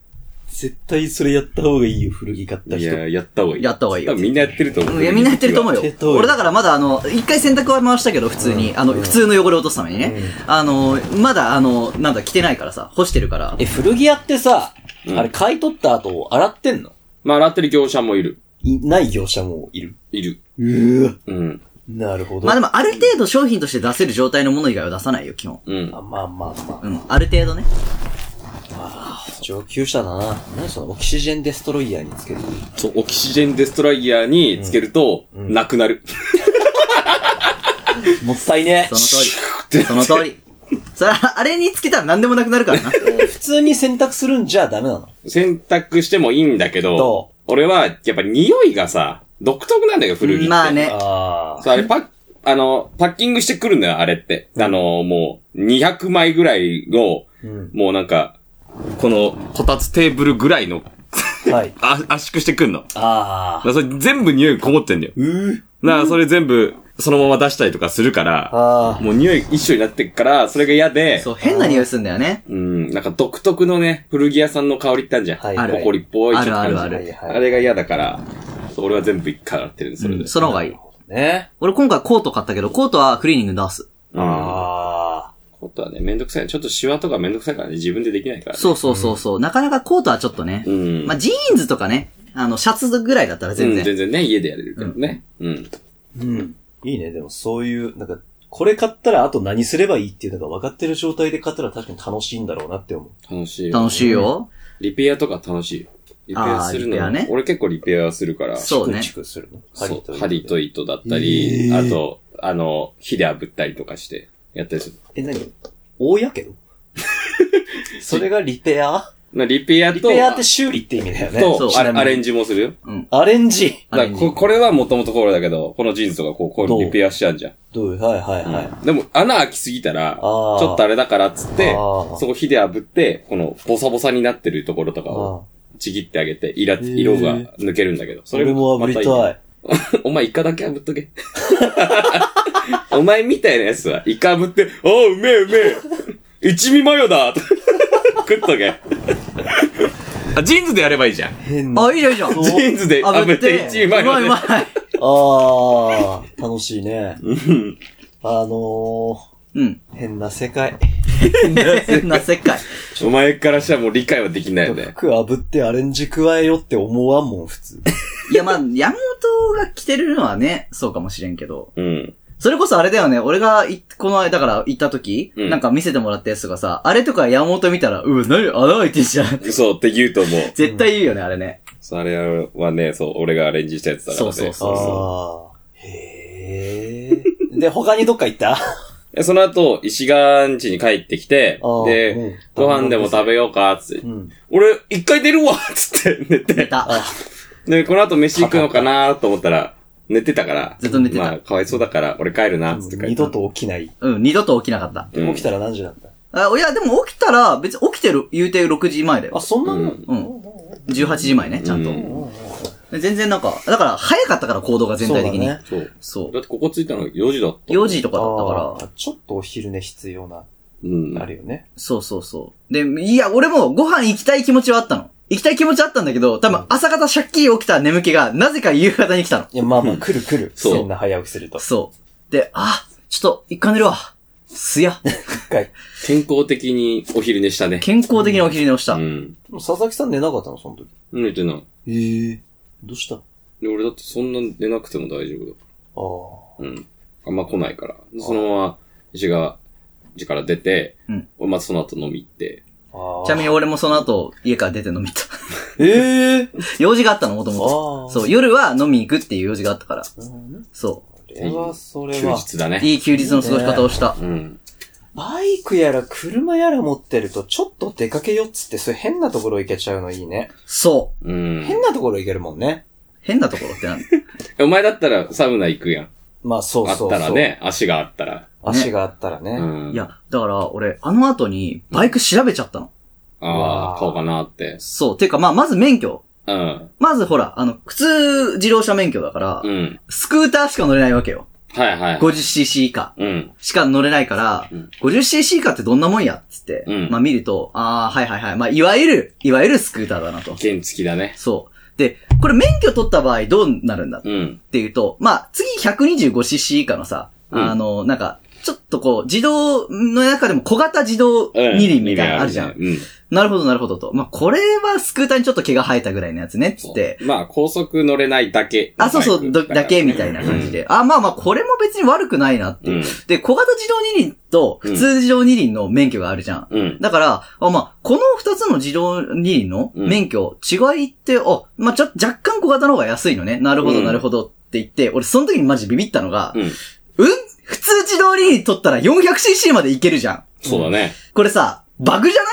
S1: 絶対それやった方がいいよ、古着買っ
S3: いや、やった方がいい。
S2: やった方がいいよ
S3: 多分みんなやってると思う。
S2: いや、みんなやってると思うよ
S1: やって。る
S2: 俺だからまだあの、一回洗濯は回したけど、普通に。あの、普通の汚れ落とすためにね。あの、まだあの、なんだ、着てないからさ、干してるから。
S1: え、古着屋ってさ、
S3: うん
S1: あれ買い取った後洗ってんの
S3: まあ、洗ってる業者もいる。
S1: いない業者もいる。
S3: いる。
S1: うわ
S3: うん。
S1: なるほど。
S2: まあでも、ある程度商品として出せる状態のもの以外は出さないよ、基本。
S3: うん
S1: あ。まあまあま
S2: うん、ある程度ね。
S1: あ。上級者だな。何そのオキシジェンデストロイヤーにつける。
S3: そう、オキシジェンデストライヤーにつけると、なくなる。
S1: もったいね
S2: その通り。その通り。それは、あれにつけたら何でもなくなるからな。
S1: え。普通に洗濯するんじゃダメなの。
S3: 洗濯してもいいんだけど、
S1: ど
S3: 俺は、やっぱ匂いがさ、独特なんだよ、古着って。
S2: まあね。
S1: あ
S3: そう、あれパッ、あの、パッキングしてくるんだよ、あれって。あの、もう、200枚ぐらいを、
S1: うん
S3: もうなんか、この、こたつテーブルぐらいの、
S1: あ。はい。
S3: あ圧縮してくんの。だか
S1: ああ。
S3: らそれ全部匂いこもってんだよ。
S1: うー。
S3: だからそれ全部、そのまま出したりとかするから、
S1: ああ。
S3: もう匂い一緒になってっから、それが嫌で、
S2: そう、変な匂いするんだよね。
S3: うん、なんか独特のね、古着屋さんの香りってあるじゃん。
S1: はい
S2: ある
S3: ホコリっぽい
S2: ある
S3: ちょっと
S2: あるあ
S1: る
S3: あれが嫌だから、そう俺は全部一回洗ってるんです、それで。
S2: その方がいい。
S1: ね。
S2: 俺今回コート買ったけど、コートはクリーニング出す。
S3: ああ。
S1: ああ。
S3: ことはね、めんどくさい。ちょっとシワとかめんどくさいからね、自分でできないから、ね。
S2: そうそうそうそう。なかなかコートはちょっとね。
S3: うん。
S2: まあ、ジーンズとかね。あの、シャツぐらいだったら全
S3: うん全
S2: 然。
S3: 然ね、家でやれるからね。うん。
S1: うん。いいね。でもそういう、なんか、これ買ったらあと何すればいいっていうのが分かってる状態で買ったら確かに楽しいんだろうなって思う。
S3: 楽しい。
S2: 楽しい。よ。
S3: リペアとか楽しい。リペアするのも
S2: あーリペアね
S3: 俺結構リペアするから。
S2: そうね
S1: チクチクするの。
S3: そう。
S1: 針
S3: 針
S1: と
S3: と糸だったり、
S1: えー
S3: あと、あの、火で炙ったりとかして、やったりする。
S1: え、なに大やけ
S3: [LAUGHS]
S1: どそれがリペア
S3: まあリペアと、
S1: リペアって修理って意味だよね。
S2: そう
S3: と、あ
S2: ちなみに
S3: アレンジもするよ。
S1: アレンジ。
S2: ア
S3: だ
S2: レ
S3: から
S2: ンジ
S3: ここれはもともとこれだけど、このジーンズとかこう、こういうのリペアしちゃうじゃん。
S1: どういうはいはいはい。
S3: でも、穴開きすぎたら、ち
S1: あー
S3: ょっとあれだからっつって、
S1: あ
S3: そ
S1: ー
S3: こ火で炙って、このボサボサになってるところとか
S1: ああ
S3: をちぎってあげて、色色が抜けるんだけど、そ
S1: 俺も炙り
S3: ま
S1: たい。
S3: いい。 [LAUGHS] お前イカだけ炙っとけ。 [LAUGHS] お前みたいなやつは、イカ炙って、おう、うめえうめえ。一味マヨだ [LAUGHS] 食っとけ。あ、ジーンズでやればいいじゃん。
S1: 変な。
S2: あ、いいじゃんいいじゃん。
S3: [LAUGHS] ジーンズで炙って一味マ
S2: うまい
S3: ヨで
S2: う。まい。
S1: あー、楽しいね。あのー、
S2: うん。
S1: 変な世界。
S2: 変な世界。
S3: お前からしたらもう理解はできないよね。
S1: 服炙ってアレンジ加えよって思わんもん、普通。
S2: いや、まあ、山本が着てるのはね、そうかもしれんけど。
S3: うん。
S2: それこそあれだよね、俺がい、この間だから行った時、
S3: うん
S2: なんか見せてもらったやつとかさ、あれとか山本見たら、うわ、何、穴開いてんじゃん。
S3: そうって言うと思う。
S2: 絶対言うよね、あれね。
S3: それはね、そう、俺がアレンジしたやつだからね。
S2: そうそうそう
S1: あー。へえ。で、他にどっか行った
S3: [LAUGHS] でその後、石川ん家に帰ってきて
S1: あー、
S3: で、
S1: うん
S3: ご飯でも食べようか、つって。
S1: ん
S3: 俺、一回出るわ [LAUGHS] つって寝
S2: 寝
S3: て。
S2: た。
S3: で、この後飯行くのかなと思ったら、寝てたから。
S2: ずっと寝てた
S3: まあ、かわいそうだから、俺帰るな、つって帰った。
S1: 二度と起きない。
S2: うん、二度と起きなかった。
S3: うん
S1: 起きたら何時だった
S2: あ、いや、でも起きたら、別に起きてる、言うて6時前だ
S1: あ、
S2: よ。
S1: そんなの
S3: うん
S2: うん。18時前ね、ちゃんと。
S3: う
S2: 全然なんか、だから早かったから行動が全体的に。
S1: そうだね
S3: そう。
S2: そう
S3: だってここ着いたの4時だった。
S2: 4時とかだった
S1: あ
S2: から、
S1: ーちょっとお昼寝必要な、
S3: うん。
S1: あるよね。
S2: そうそうそう。で、いや、俺もご飯行きたい気持ちはあったの。行きたい気持ちはあったんだけど、多分朝方シャッキリ起きた眠気が、なぜか夕方に来たの。
S1: いや、まあまあ、来る来る。
S3: そう
S1: そんな早起きすると。
S2: そう。で、あ、ちょっと、一回寝るわ。すや。
S1: 一回。
S3: 健康的にお昼寝したね。
S2: 健康的にお昼寝をした。
S3: うん。
S1: でも佐々木さん寝なかったのその時。
S3: 寝てない。
S1: ええ。どうしたあ
S3: で俺だってそんな寝なくても大丈夫
S1: あ。
S3: だから。うん。あんま来ないから。そのまま、石川家から出て、
S2: うん
S3: 俺またその後飲み行って。
S1: ああ。
S2: ちなみに俺もその後、家から出て飲み行った。 [LAUGHS]
S1: ええ。
S2: 用事があったの、もとも
S1: ああ。。
S2: と。そうう、夜は飲みに行くっていう用事があったから。
S1: そ
S2: そ
S1: れは、それ
S3: 休
S1: は。
S3: 日だ
S2: う。
S3: ね。
S2: いい休日の過ごし方をした。
S3: うん。
S1: バイクやら車やら持ってると、ちょっと出かけよっつって、そういう変なところ行けちゃうのいいね。
S2: そう。
S3: うん。
S1: 変なところ行けるもんね。
S2: 変なところってなんだ
S3: お前だったらサウナ行くやん。
S1: まあ、そう
S3: あ
S1: そうそ
S3: っ
S1: う。
S3: たら。ね、足があったら。
S1: 足があったら
S3: う
S1: ね。
S3: ん。
S2: い。や、だから俺、あの後にバイク調べちゃったの。
S3: ああ、買おうかなって。
S2: そう。てかまあ、まず免許。
S3: うん。
S2: まずほら、あの、普通自動車免許だから、
S3: うん。
S2: スクーターしか乗れないわけよ。
S3: はいはい。
S2: 50cc 以下
S3: うん。
S2: しか乗れないから、
S3: うん
S2: 50cc 以下ってどんなもんやっつって、
S3: うん
S2: まあ見ると、ああ、はいはいはい。まあ、いわゆる、いわゆるスクーターだなと。
S3: 原付きだね。
S2: そう。で、これ免許取った場合どうなるんだっ
S3: うん。
S2: ていうと、まあ、次 125cc 以下のさ、
S3: うん
S2: あの、なんか、ちょっとこう、自動の中でも小型自動
S3: うん
S2: 二輪みたいなのあるじゃん。
S3: うん。
S2: なるほどなるほどと。まあ、これはスクーターにちょっと毛が生えたぐらいのやつね、つって。
S3: まあ、高速乗れないだけ。
S2: あ、そうそう、ど
S3: バイクから
S2: だけみたいな感じ。で。あ、まあまあ、これも別に悪くないなって
S3: う
S2: いう。
S3: ん。
S2: で、小型自動二輪と普通自動二輪の免許があるじゃん。
S3: うん。
S2: だから、あまあ、この二つの自動二輪の
S3: うん
S2: 免許、違いって、あ、まあ、ちょ、若干小型の方が安いのね。なるほど、
S3: うん
S2: なるほどって言って、俺その時にマジビビったのが、
S3: うん。
S2: うん普通自動二輪取ったら 400cc までいけるじゃん。
S3: そうだね。
S2: これさ、バグじゃない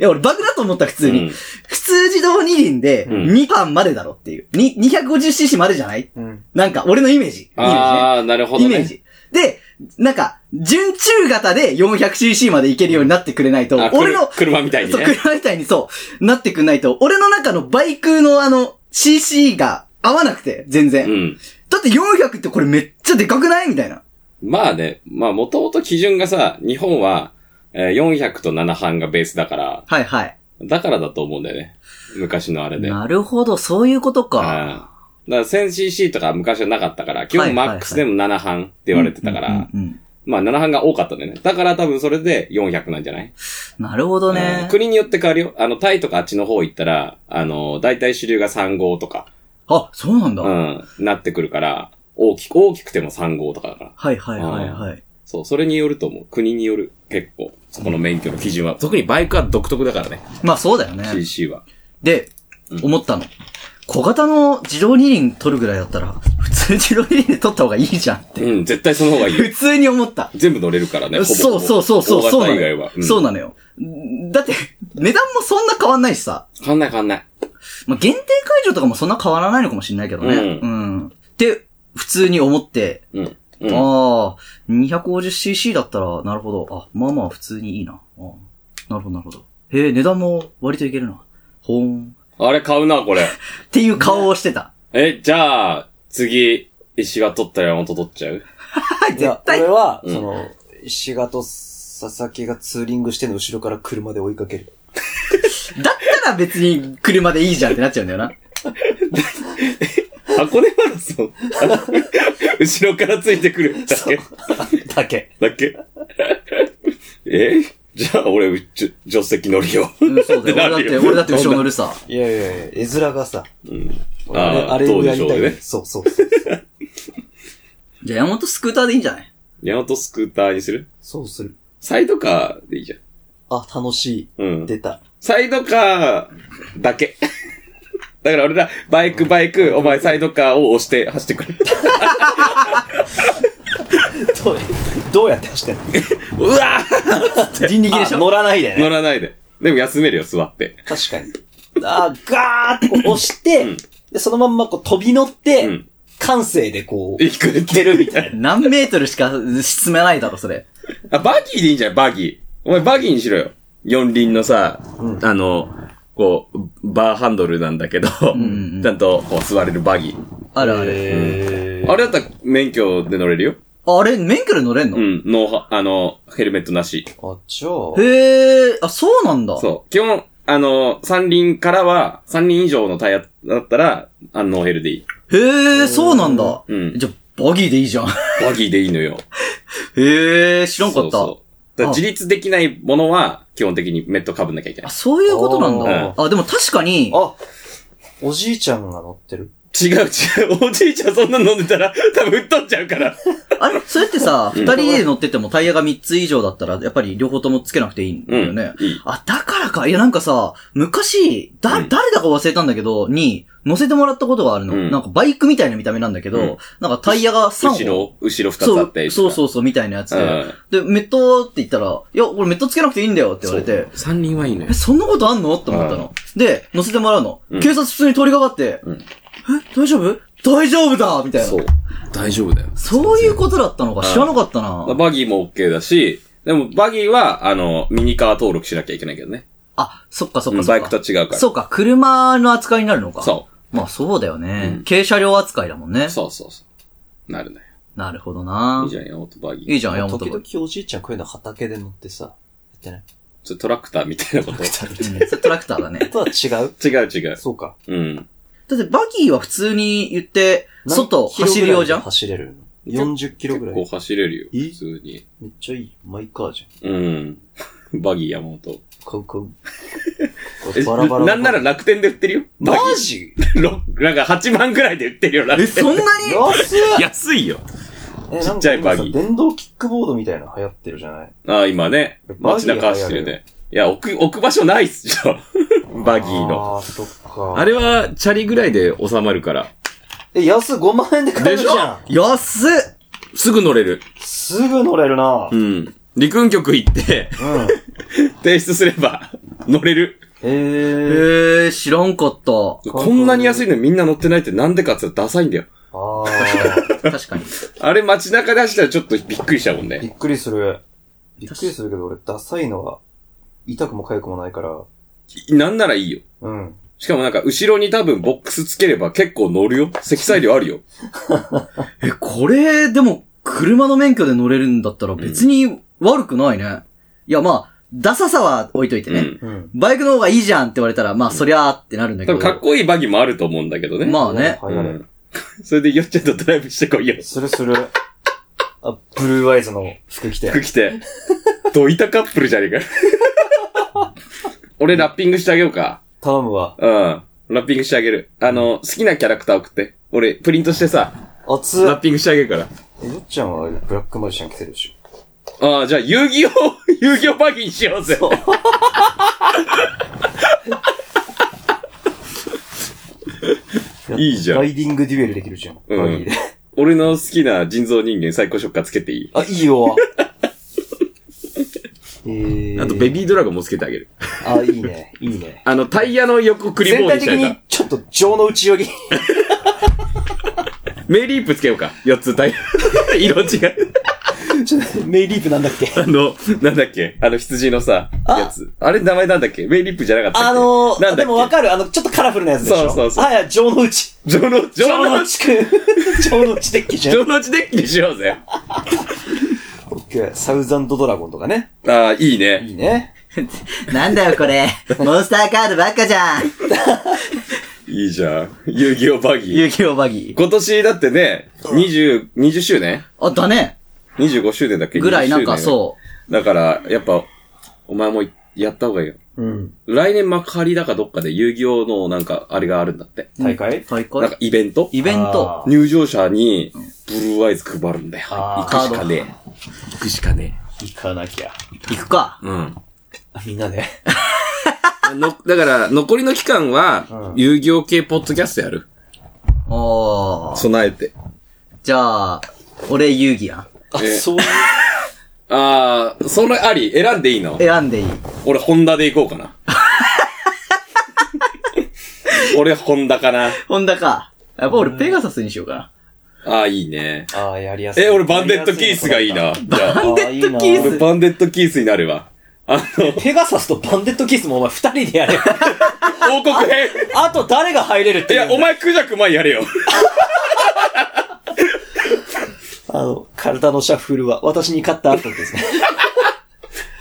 S2: [LAUGHS] いや、俺バグだと思った、普
S3: う
S2: 通に。
S3: ん。
S2: 普通自動二輪で、
S3: うん
S2: 2班までだろっていう。に 250cc までじゃない
S1: うん。
S2: なんか、俺のイメージ。イメージね。
S3: ああ、なるほど
S2: イ
S3: ね。
S2: メージ。で、なんか、準中型で 400cc までいけるようになってくれないと
S3: あ、
S2: 俺の、
S3: くる車みたいに
S2: そう、
S3: ね。
S2: 車みたいにそう、なってくれないと、俺の中のバイクのあの、cc が合わなくて、全
S3: う
S2: 然。
S3: ん。
S2: だって400ってこれめっちゃでかくないみたいな。
S3: まあね、まあ、もともと基準がさ、日本は、えー400と7半がベースだから、
S2: はいはい。
S3: だからだと思うんだよね。昔のあれで。
S2: なるほど、そういうこと
S3: うん
S2: か。
S3: だから 1000cc とか昔はなかったから、基本マックスでも7半って言われてたから、
S2: うんうんうん
S3: まあ7半が多かったんだよね。だから多分それで400なんじゃない
S2: なるほどね
S3: うん。国によって変わるよ。あの、タイとかあっちの方行ったら、あの、大体主流が3号とか、
S2: あ、そうなんだ。
S3: う
S2: はい
S3: ん、なってくるから、大きく、大きくても3号とかだから。
S2: はいはいはい。
S3: そう、それによると思う。国による、結構。そこの免許の基準は。特にバイクは独特だからね。
S2: まあそうだよね。
S3: CC は。
S2: で、
S3: うん
S2: 思ったの。小型の自動二輪取るぐらいだったら、普通自動二輪で取った方がいいじゃんって。
S3: うん、絶対その方がいいよ。
S2: [LAUGHS] 普通に思った。
S3: 全部乗れるからね。ほぼほ
S2: そ
S3: ぼ
S2: うそうそうそう、そうな
S3: 大型以
S2: の
S3: 外
S2: よ
S3: は。。うん
S2: そうなのよ。だって、値段もそんな変わんないしさ。
S3: 変わんない変わんない。
S2: まあ、限定会場とかもそんな変わらないのかもしれないけどね。う。
S3: うん
S2: って、普通に思って、
S3: うん。うん。
S2: ああ、250cc だったら、なるほど。あ、まあまあ普通にいいな。あーなるほど、なるほど。へえ、値段も割といけるな。ほーん。
S3: あれ買うな、これ。
S2: っていう顔をしてた。
S3: え、じゃあ、次、石が取ったら山本取っちゃう [LAUGHS]
S2: はい、
S1: いや
S2: 絶、対
S1: 俺は、
S3: うん
S1: その、石賀と佐々木がツーリングしてんの後ろから車で追いかける。
S2: だったら別に車でいいじゃんってなっちゃうんだよな。
S3: 箱根マラソン [LAUGHS] 後ろからついてくるだけ
S1: だけ。
S3: [LAUGHS] だけえじゃあ俺、うちょ助手席乗りよう。
S2: うん、そうだよ。俺だって、俺だって後ろ乗るさ。
S1: いやいやいや、絵面がさ、
S3: ああ、
S1: あれ
S3: ど
S1: を
S3: う
S1: や
S3: で
S1: り
S3: しょう
S1: たい。
S3: ね。
S1: そうそうそう。
S2: じゃあ山本スクーターでいいんじゃない
S3: 山本スクーターにする
S1: そうする。
S3: サイドカーでいいじゃん。
S1: あ、楽しい。
S3: うん
S1: 出た。
S3: サイドカーだけ。 [LAUGHS] だから俺ら、バイクバイク、お前サイドカーを押して走ってくる。
S1: どうどうやって走ってんの
S3: うわ
S2: 人力でし
S1: あ
S2: ょ
S1: 乗らないで
S3: ー乗
S1: ね。
S3: らないで。でも休めるよ、座って。
S1: 確かに。あーガーってこう押して、で、そのまんまこう飛び乗って、
S3: うん
S1: 感性でこう、
S3: 生き返って
S1: 出るみたいな。
S2: 何メートルしか進めないだろ、それ。
S3: [LAUGHS] あ、バギーでいいんじゃないバギー。お前バギーにしろよ。四輪のさ、あの、こう、バーハンドルなんだけど、
S2: んうん
S3: ちゃんとこう座れるバギー。
S2: あるある。
S1: へー
S3: あれだったら免許で乗れるよ。
S2: あれ、免許で乗れんの、
S3: うん、ノーハあの、ヘルメットなし。
S1: あ、じゃあ、
S2: へえ、あ、そうなんだ。
S3: そう。基本、あの、三輪からは、三輪以上のタイヤだったら、あの、ノーヘルでいい。
S2: へえ、そうなんだ。
S3: うん
S2: じゃ、バギーでいいじゃん。
S3: バギーでい
S2: [LAUGHS]
S3: いのよ。
S2: へえ、知らんかった。
S3: そうそうだから
S2: あ
S3: 自立できないものは、基本的にメット被んなきゃいけな
S2: あ、
S3: い。
S2: そういうことなんだ。あ、でも確かに、
S1: あ、おじいちゃんが乗ってる。
S3: 違う違う。お [LAUGHS] じいちゃんそんなの飲んでたら、多分吹っ飛んじゃうから。
S2: あれ、それってさ、二人で乗っててもタイヤが三つ以上だったら、やっぱり両方ともつけなくていいんだよね。
S3: うんいい
S2: あ、だからか。いや、なんかさ、昔、だ、
S3: うん
S2: 誰だか忘れたんだけど、に、乗せてもらったことがあるの。
S3: うん
S2: なんかバイクみたいな見た目なんだけど、
S3: うん
S2: なんかタイヤが3本。
S3: 後ろ、後ろ二つ
S2: そ
S3: あ
S2: う
S3: ったり。
S2: そうそううそう、みたいなやつ
S3: うん
S2: で。で、メットって言ったら、いや、俺メットつけなくていいんだよって言われて、
S3: 三輪はいいのよ
S2: え、。そんなことあんのって思ったの。で、乗せてもらうの。
S3: うん
S2: 警察普通に通りかかって、
S3: うん
S2: え、大丈夫大丈夫だみたいな。
S3: そう。大丈夫だよ。
S2: そういうことだったのか知らなかったな。
S3: バギーも OK だし、でもバギーは、あの、ミニカー登録しなきゃいけないけどね。
S2: あ、そっかそっ
S3: う
S2: かそっ
S3: ん
S2: か。
S3: バイクと違うから。
S2: そうか、車の扱いになるのか。。
S3: そう
S2: まあそうだよね。
S3: うん
S2: 軽車両扱いだもんね。
S3: そうそうそう。なるね。
S2: なるほどない
S3: い。じゃん、ヤマトバギー。
S2: いいじゃん、山本
S1: 時
S2: 君。
S1: 々おじいちゃんこういうの畑で乗ってさ、
S3: [LAUGHS]
S1: やってない
S3: ちょトラクターみたいなこと。
S2: うんそれトラクター [LAUGHS] だね。
S1: とは違う
S3: 違う違う。
S1: そうか。
S3: うん。
S2: だってバギーは普通に言って、
S1: 何
S2: 外
S1: キロぐらい
S2: 走るよう [LAUGHS] じゃん
S1: 走れるの。40キロぐら
S3: 結
S1: い。
S3: 構走れるよ。
S1: え
S3: 普通に。
S1: めっちゃいい。マイカーじゃ
S3: うん。 [LAUGHS] バギー山本。
S1: ん。買う買う。
S3: [LAUGHS] え
S1: バラバラ。
S3: なんなら楽天で売ってるよ。
S1: マ
S3: バギ
S1: ジ
S3: ー。ろなんか8万ぐらいで売ってるよ、楽
S2: え、
S3: 天。
S2: そんなに
S1: 安い
S3: 安いよ。
S1: え、
S3: ちっちゃいバギー
S1: なんか今さ電動キックボードみたいなの流行ってるじゃない
S3: ああ、今ね。
S1: バ
S3: 街
S1: ギー
S3: 中走ってるね。いや、置く、置く場所ないっすよ。 [LAUGHS] バギーの。
S1: ああ、そっか。
S3: あれは、チャリぐらいで収まるから。
S1: え、安5万円で買え
S3: で
S1: る
S3: し
S1: じ
S3: ょ
S1: ゃん。
S2: 安っ
S3: すぐ乗れる。
S1: すぐ乗れるな
S3: う。ん。陸運局行って、
S1: [LAUGHS] うん。
S3: 提出すれば、乗れる。
S2: え
S1: ええ。
S2: ー、知らんかった。
S3: こんなに安いのにみんな乗ってないってなんでかって言ったらダサいんだよ。
S1: ああ、
S2: 確かに。
S3: あれ街中で走ったらちょっとびっくりしたもん
S1: び
S3: ね。
S1: っくりする。びっくりするけど俺、ダサいのは、痛くも痒くもないから。
S3: なんならいいよ。
S1: うん。
S3: しかもなんか、後ろに多分ボックスつければ結構乗るよ。積載量あるよ。
S2: え、これ、でも、車の免許で乗れるんだったら別に悪くないね。いや、まあ、ダサさは置いといて
S3: う
S2: ね。
S3: ん。
S1: うん。
S2: バイクの方がいいじゃんって言われたら、まあ、そりゃーってなるんだけ
S3: 多
S2: ど。
S3: 分かっこいいバギーもあると思うんだけどね。
S2: まあね。
S1: 流
S3: う
S1: 行る。
S3: ん。 [LAUGHS] それでよっちゃんとドライブしてこいよ。
S1: するする。あ、ブルーアイズの服着て。
S3: 服着て。どいたカップルじゃねえか。 [LAUGHS] 俺ラッピングしてあげようか。
S1: 頼むわ。
S3: うん。ラッピングしてあげる。あの、好きなキャラクター送って。俺、プリントしてさ、
S1: 熱
S3: ラ
S1: っ
S3: ッ。ピングしてあげるから。
S1: え、よっちゃんはブラックマジシャン着てるでしょ。
S3: ああ、じゃあ、遊戯王、 [LAUGHS] 遊戯王バギーにしようぜ。いいじゃん
S1: ライディングデュエルできるじゃん。バギ
S3: うん
S1: ーで。
S3: 俺の好きな人造人間最高触覚つけていい。
S1: あ、いい
S3: [LAUGHS]
S1: よ。えー、
S3: あと、ベビードラゴンもつけてあげる。
S1: あ、いいね。いいね。
S3: あの、タイヤの横クリ
S1: 全
S3: ボ
S1: 体
S3: ーにし
S1: 的
S3: たい
S1: に
S3: な。
S1: ちょっと情の内よ
S3: [LAUGHS]
S1: ぎ。
S3: メイリープつけようか。四つタイヤ。 [LAUGHS] 色違う。
S1: ちょっとメイリープなんだっけ
S3: あの、なんだっけあの羊のさ、やつ。あれ名前なんだっけメイリップじゃなかったっけ
S1: あの
S3: なんだっ
S1: ー、
S3: け
S1: でもわかる。あの、ちょっとカラフルなやつでしょ。
S3: そうそうそう
S1: あ、いや、情の内。
S3: ジョノ、ジョ
S1: 情の
S3: ノ、ジ
S1: 内くん。情の内デッ [LAUGHS] キじゃん。
S3: ョノチデッキにしようぜ。あ
S1: オッケー。サウザンドドラゴンとかね。
S3: あ、いいね。
S1: いいね。
S2: [LAUGHS] なんだよこ [LAUGHS] れ。モンスターカードばっかじゃん。
S3: いいじゃん。遊戯王バギー。
S2: 遊戯王バギ
S3: 今年だってね、20、20周年
S2: ー。あ、だね。
S3: 25周年だっけ。
S2: ぐらいなんかそう
S3: だから、やっぱ、お前もやった方がいいよ。
S1: うん。
S3: 来年幕張だかどっかで遊戯王のなんか、あれがあるんだって。
S1: 大会
S2: う。大
S3: なん
S2: 会
S3: かイベント
S2: イベント。
S3: 入場者に、ブルーアイズ配るんだよ。
S1: あ
S3: 行
S1: ー
S3: くしかねえ。行くしかね
S1: 行かなきゃ。
S2: 行くか
S3: え。。うん。
S1: みんなで。
S3: の、だから、残りの期間は、遊戯王系ポッドキャストやる。
S2: おー。
S3: 備えて。
S2: じゃあ、俺遊戯やん。
S1: あ、
S3: え
S1: そういう。
S3: ああ、それあり選んでいいの
S2: 選んでいい。
S3: 俺、ホンダで行こう [LAUGHS] かな。俺、ホンダかな。
S2: ホンダか。やっぱ俺ペガサスにしようかな。
S3: ああ、いいね。
S1: ああ、やりやすい。
S3: え、俺、バンデットキースがいいな。じゃあ、
S1: バ
S2: ンデッドキース
S3: 俺、バンデットキースになるわ。あ [LAUGHS] の、
S1: ペガサスとバンデットキースもお前二人でやれよ。
S3: 王国編
S1: [LAUGHS] あと誰が入れるって
S3: い
S1: いうん
S3: や、
S1: だ
S3: お。前、クジャク前やれよ。
S1: あの、体のシャッフルは私に勝った後ですね。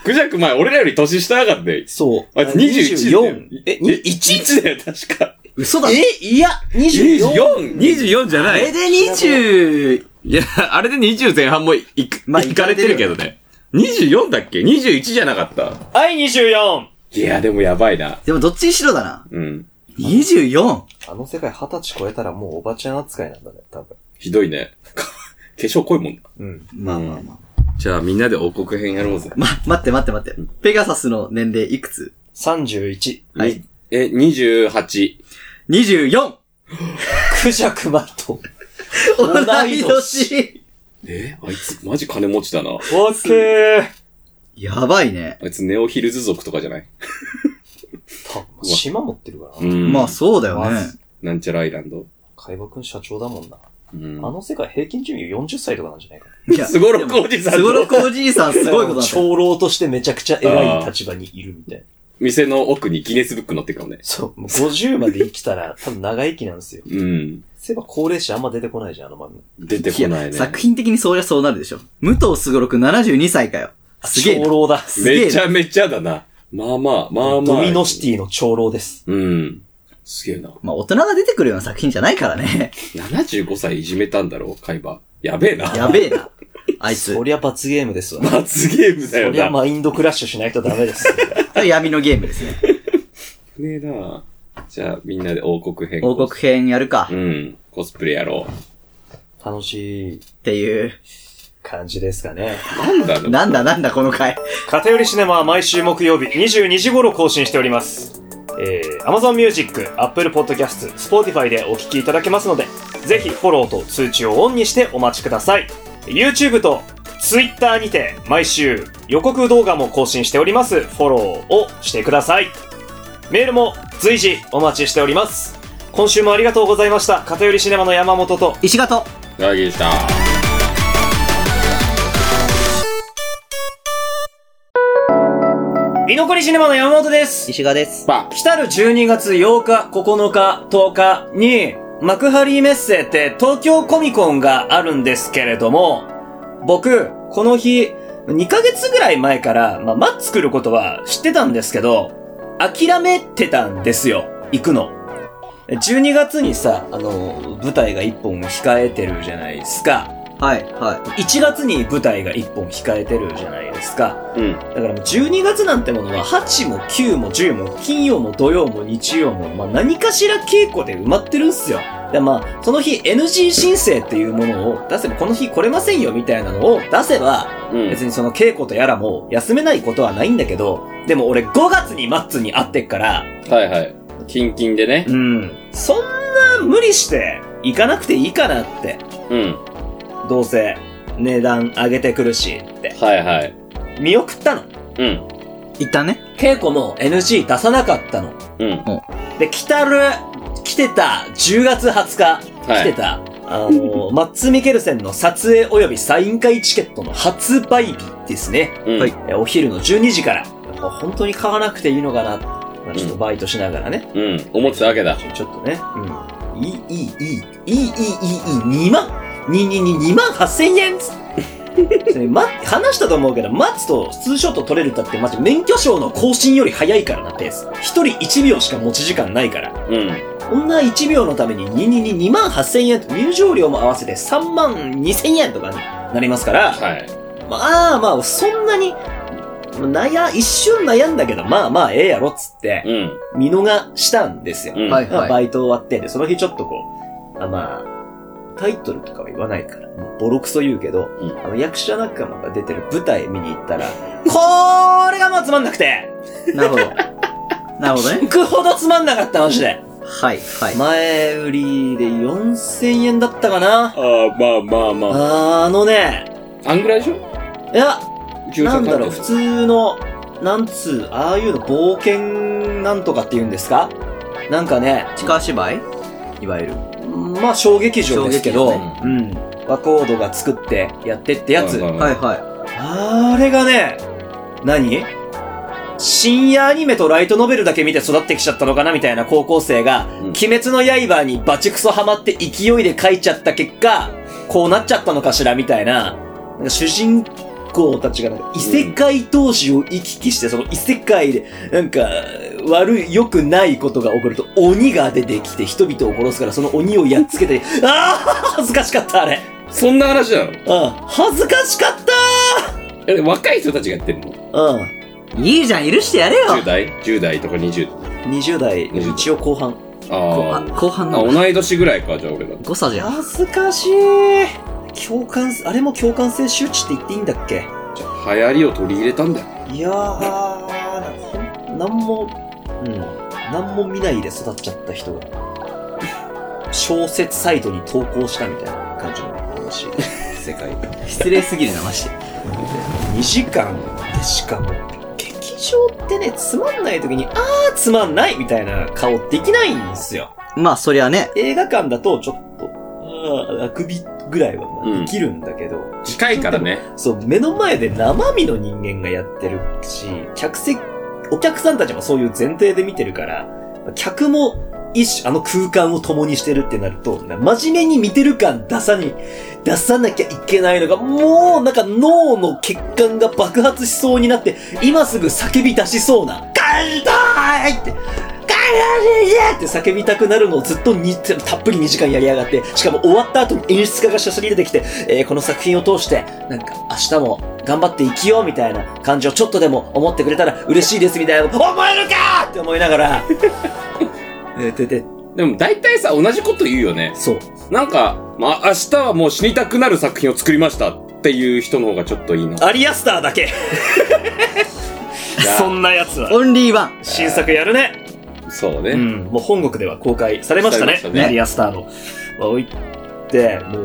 S3: クジャク前、俺らより年下やがっ
S1: [LAUGHS]
S3: て。
S1: そう。
S3: あいつ21だよ。
S1: え、
S3: え、
S1: に
S3: 1だよ、確か。
S2: 嘘だ。
S1: え、いや、24?
S3: 24?
S4: 24じゃ
S2: あ
S4: な
S2: れ
S4: い。
S2: で20、
S4: いや、あれで20前半もい、いく、
S2: まあ
S4: いかれてるけどね。24だっけ ?21 じゃなかった。
S1: はい、24!
S3: いや、でもやばいな。
S2: でもどっちにしろだな。
S3: うん。
S2: 24?
S1: あの世界20歳超えたらもうおばちゃん扱いなんだね、多分。
S3: ひどいね。 [LAUGHS] か化粧濃いもんな。
S1: うん。
S2: まあまあまあ。
S4: じゃあみんなで王国編やろうぜ。
S2: ま、待って待って待って。ペガサスの年齢いくつ
S1: 31。
S2: はい
S3: に。え、28。
S2: ?24!
S1: クジャクマと。
S2: 同い
S1: 同い
S2: 年
S3: え、あいつ、マジ金持ちだな。
S1: オッケー
S2: やばいね。
S3: あいつ、ネオヒルズ族とかじゃない
S1: 多分島持ってるから
S3: う
S1: な。
S3: ん。
S2: まあそうだよ
S1: ま
S2: ね。
S1: ず
S3: なんちゃらアイランド。
S1: 海馬くん社長だもんな。
S3: うん。
S1: あの世界平均寿命40歳とかなんじゃないかな。
S2: いや
S3: すごろくおじさんと
S2: すごろくおじいさんすごいことだった。
S1: 長老としてめちゃくちゃ偉い立場にいるみたいな。
S3: 店の奥にギネスブック載ってるかもね。
S1: そう。もう50まで生きたら [LAUGHS] 多分長生きなんですよ。
S3: うん。
S1: そういえば高齢者あんま出てこないじゃん、あの漫画。
S3: 出てこない
S2: い
S3: ね。
S2: や作品的にそりゃそうなるでしょ。武藤すごろく72歳かよ。すげえな。
S1: 長老だ。
S2: すげえな
S3: めちゃめちゃだな。まあまあ、まあまあ。
S1: ドミノシティの長老です。
S3: うん。すげえな。
S2: まあ大人が出てくるような作品じゃないから
S3: [LAUGHS]
S2: ね。
S3: 75歳いじめたんだろう、海馬。やべえな。
S2: やべえな。あいつ
S1: そ。りゃ罰ゲームですわ。
S3: 罰ゲームだ
S1: そ
S3: よ
S1: りゃ
S3: な。
S1: マインドクラッシュしないとダメです。 [LAUGHS]
S2: それ闇のゲームです
S3: [LAUGHS]
S2: ね。
S3: ねえな。じゃあ、みんなで王国編。
S2: 王国編やるか。っ
S3: うん。コスプレやろ
S1: 楽しい
S2: ていう。
S1: 感じですかね。
S3: う。なんだろう。
S2: なんだなんだこの回。
S1: 偏りシネマは毎週木曜日22時頃更新しております。えー、Amazon Music、Apple Podcast、Spotify でお聞きいただけますので、ぜひフォローと通知をオンにしてお待ちください。YouTube と Twitter にて毎週予告動画も更新しております。フォローをしてください。メールも随時お待ちしております。今週もありがとうございました。偏りシネマの山本と
S2: 石形。
S3: ラギでした。
S1: 居残りシネマの山本です。
S2: 石川です。
S1: 来たる12月8日、9日、10日に、幕張メッセって東京コミコンがあるんですけれども、僕、この日、2ヶ月ぐらい前から、まあ、マッツ来ることは知ってたんですけど、諦めてたんですよ、行くの。12月にさ、あの、舞台が1本控えてるじゃないですか。
S2: はい、は
S1: 1月に舞台が1本控えてるじゃないですか。
S3: うん。
S1: だからもう12月なんてものは8も9も10も金曜も土曜も日曜も、まあ、何かしら稽古で埋まってるんすよ。でまあその日 NG 申請っていうものを出せばこの日来れませんよみたいなのを出せば
S3: うん。
S1: 別にその稽古とやらも休めないことはないんだけどでも俺5月にマッツに会ってっから
S3: はいはい。キンキンでね。
S1: うんそんな無理して行かなくていいかなって
S3: うん。
S1: どうせ値段上げてくるしって
S3: はいはい。
S1: 見送ったの
S3: うん。
S2: い。一旦ね。
S1: 稽古も NG 出さなかったの
S3: うん。
S1: で、来たる、来てた、10月20日、
S3: は
S1: 来て
S3: い。
S1: た、あの、マッツ・ミケルセンの撮影及びサイン会チケットの発売日ですね。
S3: うん
S2: はい
S1: えお昼の12時から。もう本当に買わなくていいのかな。まあ、ちょっとバイトしながらね。
S3: うん。思ってたわけだ。
S1: ちょっとね。うん。いい、いい、いい、いい、いい、いい、いい、2万、2、2、2、2万8千円つそれま、話したと思うけど、マッツとツーショット取れるだって、マジ免許証の更新より早いからな、ペース。一人1秒しか持ち時間ないから。
S3: うん。
S1: こんな1秒のために2に2万8000円と入場料も合わせて3万2000円とかになりますから、
S3: はい。
S1: まあまあ、そんなに、悩、一瞬悩んだけど、まあまあ、ええやろっつって、
S3: うん。
S1: 見逃したんですよ。
S3: うん。
S2: はい
S1: まあバイト終わって、で、その日ちょっとこう、あまあ、タイトルとかは言わないから、もうボロクソ言うけど、
S3: うん
S1: あの役者仲間が出てる舞台見に行ったら、これがもうつまんなくて、
S2: なるほど。なるほど
S3: [LAUGHS]
S2: ね。
S1: 行くほどつまんなかった、マジで。
S2: はい、はい。
S1: 前売りで4000円だったかな
S3: ああ、まあまあまあ。
S1: あのね、
S3: あんぐらいでしょ
S1: いや、
S3: 13
S1: なんだろう、
S3: 関
S1: 普
S3: 係
S1: 通の、なんつう、ああいうの冒険なんとかって言うんですかなんかね、
S2: 地下芝居いわゆる。
S1: まあ小劇場ですけど、
S2: 小劇場うん。
S1: ワコードが作ってやってってやつ。
S3: うんうんうん
S2: はいは
S1: あれがね、何深夜アニメとライトノベルだけ見て育ってきちゃったのかなみたいな高校生が、
S3: ん
S1: 鬼滅の刃にバチクソハマって勢いで書いちゃった結果、こうなっちゃったのかしらみたいな、なんか主人公たちがなんか異世界投資を行き来して、その異世界で、なんか、悪い、良くないことが起こると鬼が出てきて人々を殺すから、その鬼をやっつけて、 [LAUGHS] ああ恥ずかしかったあれ。
S3: そんな話なの
S1: うん。恥ずかしかった
S3: え、若い人たちがやってるの
S1: うん。
S2: い。いいじゃん、許してやれよ
S3: ?10 代 ?10 代とか20。
S1: 20代、
S3: 20代
S1: 一応後半。
S2: こあ
S3: あ
S2: 後半
S3: あ。あ、
S2: の
S3: 同い年ぐらいか、じゃあ俺ら。
S2: 誤差じゃん。
S1: 恥ずかしい。共感、あれも共感性周知って言っていいんだっけ
S3: じゃあ流行りを取り入れたんだよ。
S1: いやー、ほんなんも、うん、なんも見ないで育っちゃった人が、小説サイトに投稿したみたいな感じの話。世界。
S2: 失礼すぎるな、マジで。
S1: 2時間でしかも、劇場ってね、つまんない時に、あーつまんないみたいな顔できないんですよ。
S2: まあ、そりゃね。
S1: 映画館だとちょっと、あーあくびぐらいはまあ
S3: うん
S1: できるんだけど、
S3: 近いからね。
S1: そう、目の前で生身の人間がやってるし、客席、お客さんたちもそういう前提で見てるから、客も一種あの空間を共にしてるってなると、な真面目に見てる感出さに、出さなきゃいけないのが、もうなんか脳の血管が爆発しそうになって、今すぐ叫び出しそうな、帰りたいって、帰りたいって叫びたくなるのをずっとにたっぷり2時間やりやがって、しかも終わった後に演出家がしゃしゃり出てきて、えーこの作品を通して、なんか明日も頑張って生きようみたいな感じをちょっとでも思ってくれたら嬉しいですみたいな、 [LAUGHS] 思えるかって思いながら、 [LAUGHS] えーで、で、
S3: でも大体さ、同じこと言うよね。
S1: そう。
S3: なんか、まあ、明日はもう死にたくなる作品を作りましたっていう人の方がちょっといいな。
S1: アリアスターだけ。そんなやつは。
S2: オンリーワ
S3: [LAUGHS]
S2: ン。
S1: 新作やるね。
S3: そう
S1: う
S3: ね。
S1: ん。もう本国では公開されましたね。
S3: されましたね
S1: アリアスターの。まあ、置いて、も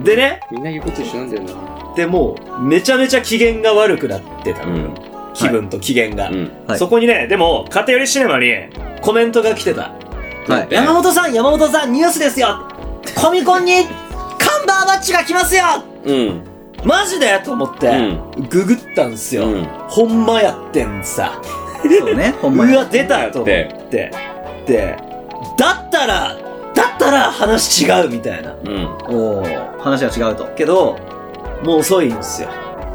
S1: う。でね、
S3: みんな言うこと一緒なんだよな。
S1: でもう、めちゃめちゃ機嫌が悪くなってた
S3: う
S1: のよ
S3: ん。
S1: 気分と機嫌が。
S3: うん。
S2: はい
S1: そこにね、でも、偏りシネマにコメントが来てた。
S2: はい。
S1: 山本さん、山本さん、ニュースですよコミコンにカンバーバッチが来ますよ
S3: うん。
S1: マジでと思って、ググったんすよ。
S3: うん。
S1: ほんまやってんさ。
S2: そうね、ほんま
S1: う
S2: に。
S1: わ、出たよと思って。で、だったら、だったら話違うみたいな。
S3: うん。
S2: おー、話が違うと。
S1: けど、もう遅いんですよ。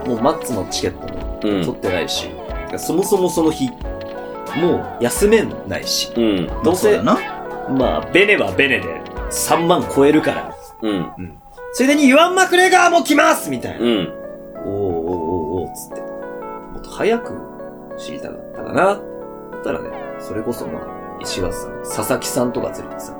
S1: もうマッツのチケットも
S3: う
S1: 取っ
S3: ん。
S1: てないし、そもそもその日、もう休めないし、
S3: うん。
S1: どう
S2: そう
S1: せ
S2: だ、な。
S1: まあ、ベネはベネで3万超えるから、
S3: うん。
S1: ついでにユアン・マクレガーも来ますみたいな。
S3: うん。
S1: おーおーおーおーつって。もっと早く知りたかったかな。だったらね、それこそまあ、石橋さん、佐々木さんとか連れてさ、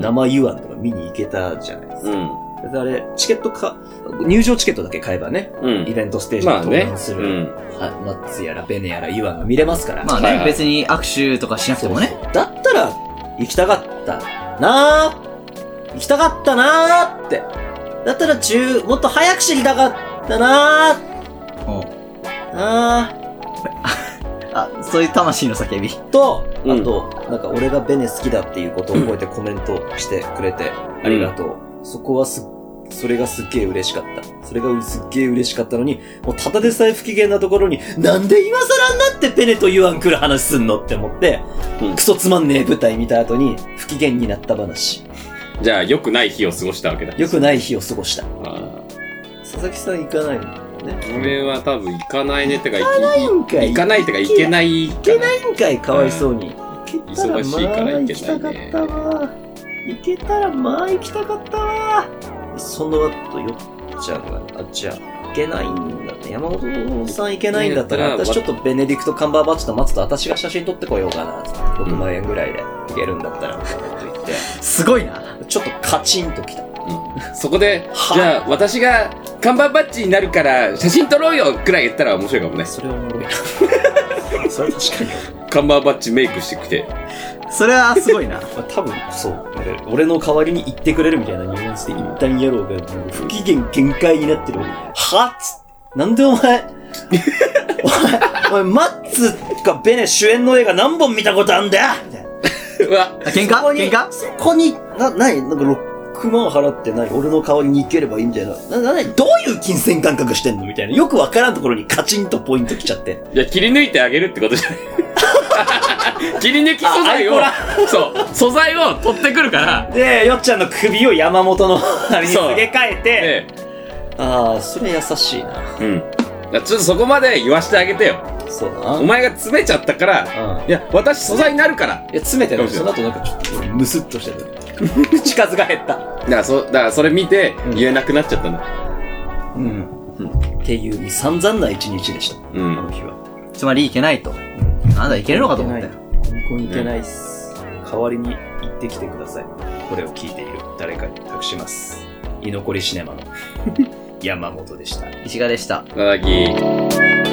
S1: 生ユアンとか見に行けたじゃないですか。
S3: うん。
S1: だってあれ、チケットか、入場チケットだけ買えばね、
S3: う
S1: イ
S3: ん。
S1: ベントステージに
S3: まあ
S1: 登
S3: ね
S1: 壇す。
S3: う
S1: る、
S3: ん。
S1: はマッツやらベネやらユアンが見れますから。
S2: まあ
S3: はい
S2: ね
S3: は、い
S2: 別に握手とかしなくてもね。
S1: だったら、行きたかったなぁ。行きたかったなぁって。だったら中、もっと早く知りたかったなぁ。
S2: うん
S1: な
S2: あ、そういう魂の叫び。
S1: ぁ。と、あ
S3: うん
S1: と、なんか俺がベネ好きだっていうことをこうやってコメントしてくれて、ありがとう。そこはす、それがすっげえ嬉しかった。それがすっげえ嬉しかったのに、もうただでさえ不機嫌なところに、なんで今更になってベネとユアン来る話すんのって思って、
S3: うん
S1: クソつまんねえ舞台見た後に、不機嫌になった話。
S3: じゃあ、良くない日を過ごしたわけだ。
S1: 良くない日を過ごした。
S3: あー
S1: 佐々木さん行かないのね。
S3: 俺は多分行かないねってか、行
S1: んか
S3: き行かないってか、行けないかな。
S1: 行けないんかい、かわいそうに。行けたら
S3: 忙しいから行け
S1: まあ行
S3: ない
S1: き
S3: ね
S1: たかったわ。行けたらまあ行きたかったわ。その後、よっちゃんが、あ、じゃあ、行けないんだね。山本さん行けないんだったら、
S3: 行けないんだった
S1: 私
S3: ら
S1: ちょっとベネディクト・カンバーバッチと松と私が写真撮ってこようかな。6万円ぐらいで行けるんだったら、みたいなこと言って。
S2: すごいな。
S1: ちょっとカチンときた。
S3: うんそこで、
S1: は
S3: じゃあ、私が看板バッジになるから、写真撮ろうよくらい言ったら面白いかもね。 [LAUGHS]
S1: それはおもろいな。それは確かに。
S3: 看板バッジメイクしてきて、
S2: それはすごいな。
S1: まあ、多分そう俺俺の代わりに言ってくれるみたいなニュアンスで一旦やろうがもう不機嫌限界になってるはっつなんでお前 [LAUGHS] お前お前マッツかベネ主演の映画何本見たことあんだよみたいな
S3: うわ、
S2: あ喧嘩
S1: そこに
S2: 喧嘩
S1: そこにな何なんか6万払って何俺の代わりに行ければいいみたいなななどういう金銭感覚してんのみたいなよくわからんところにカチンとポイントきちゃって
S3: いや、切り抜いてあげるってことじゃない切り抜き素材を
S1: あ、
S3: そう、素材を取ってくるから、
S1: でよっちゃんの首を山本のあれにす
S3: そう
S1: げ替えて
S3: で、
S1: ああそれ優しいな
S3: うん。だからちょっとそこまで言わしてあげてよ。
S1: そうだ
S3: お
S1: な
S3: 前が詰めちゃったから、
S1: うん
S3: いや、私素材になるから。
S1: いや、詰めてな
S3: ど
S1: いう
S3: し
S1: そ
S3: よう
S1: の後なんかちょっと、ムスッと [LAUGHS] してて。口数が減った。
S3: だから、そ、だからそれ見て、言えなくなっちゃったんだ。
S1: うん。っていう、散々な一日でした。
S3: う
S1: あの
S3: ん。
S1: 日は。
S2: つまりいけないと。なんだ、いけるのかと思ったよ。
S1: 香港行けないっす。代わりに行ってきてください。これを聞いている誰かに託します。居残りシネマの山本でした。
S2: 石川でした。
S3: いただき。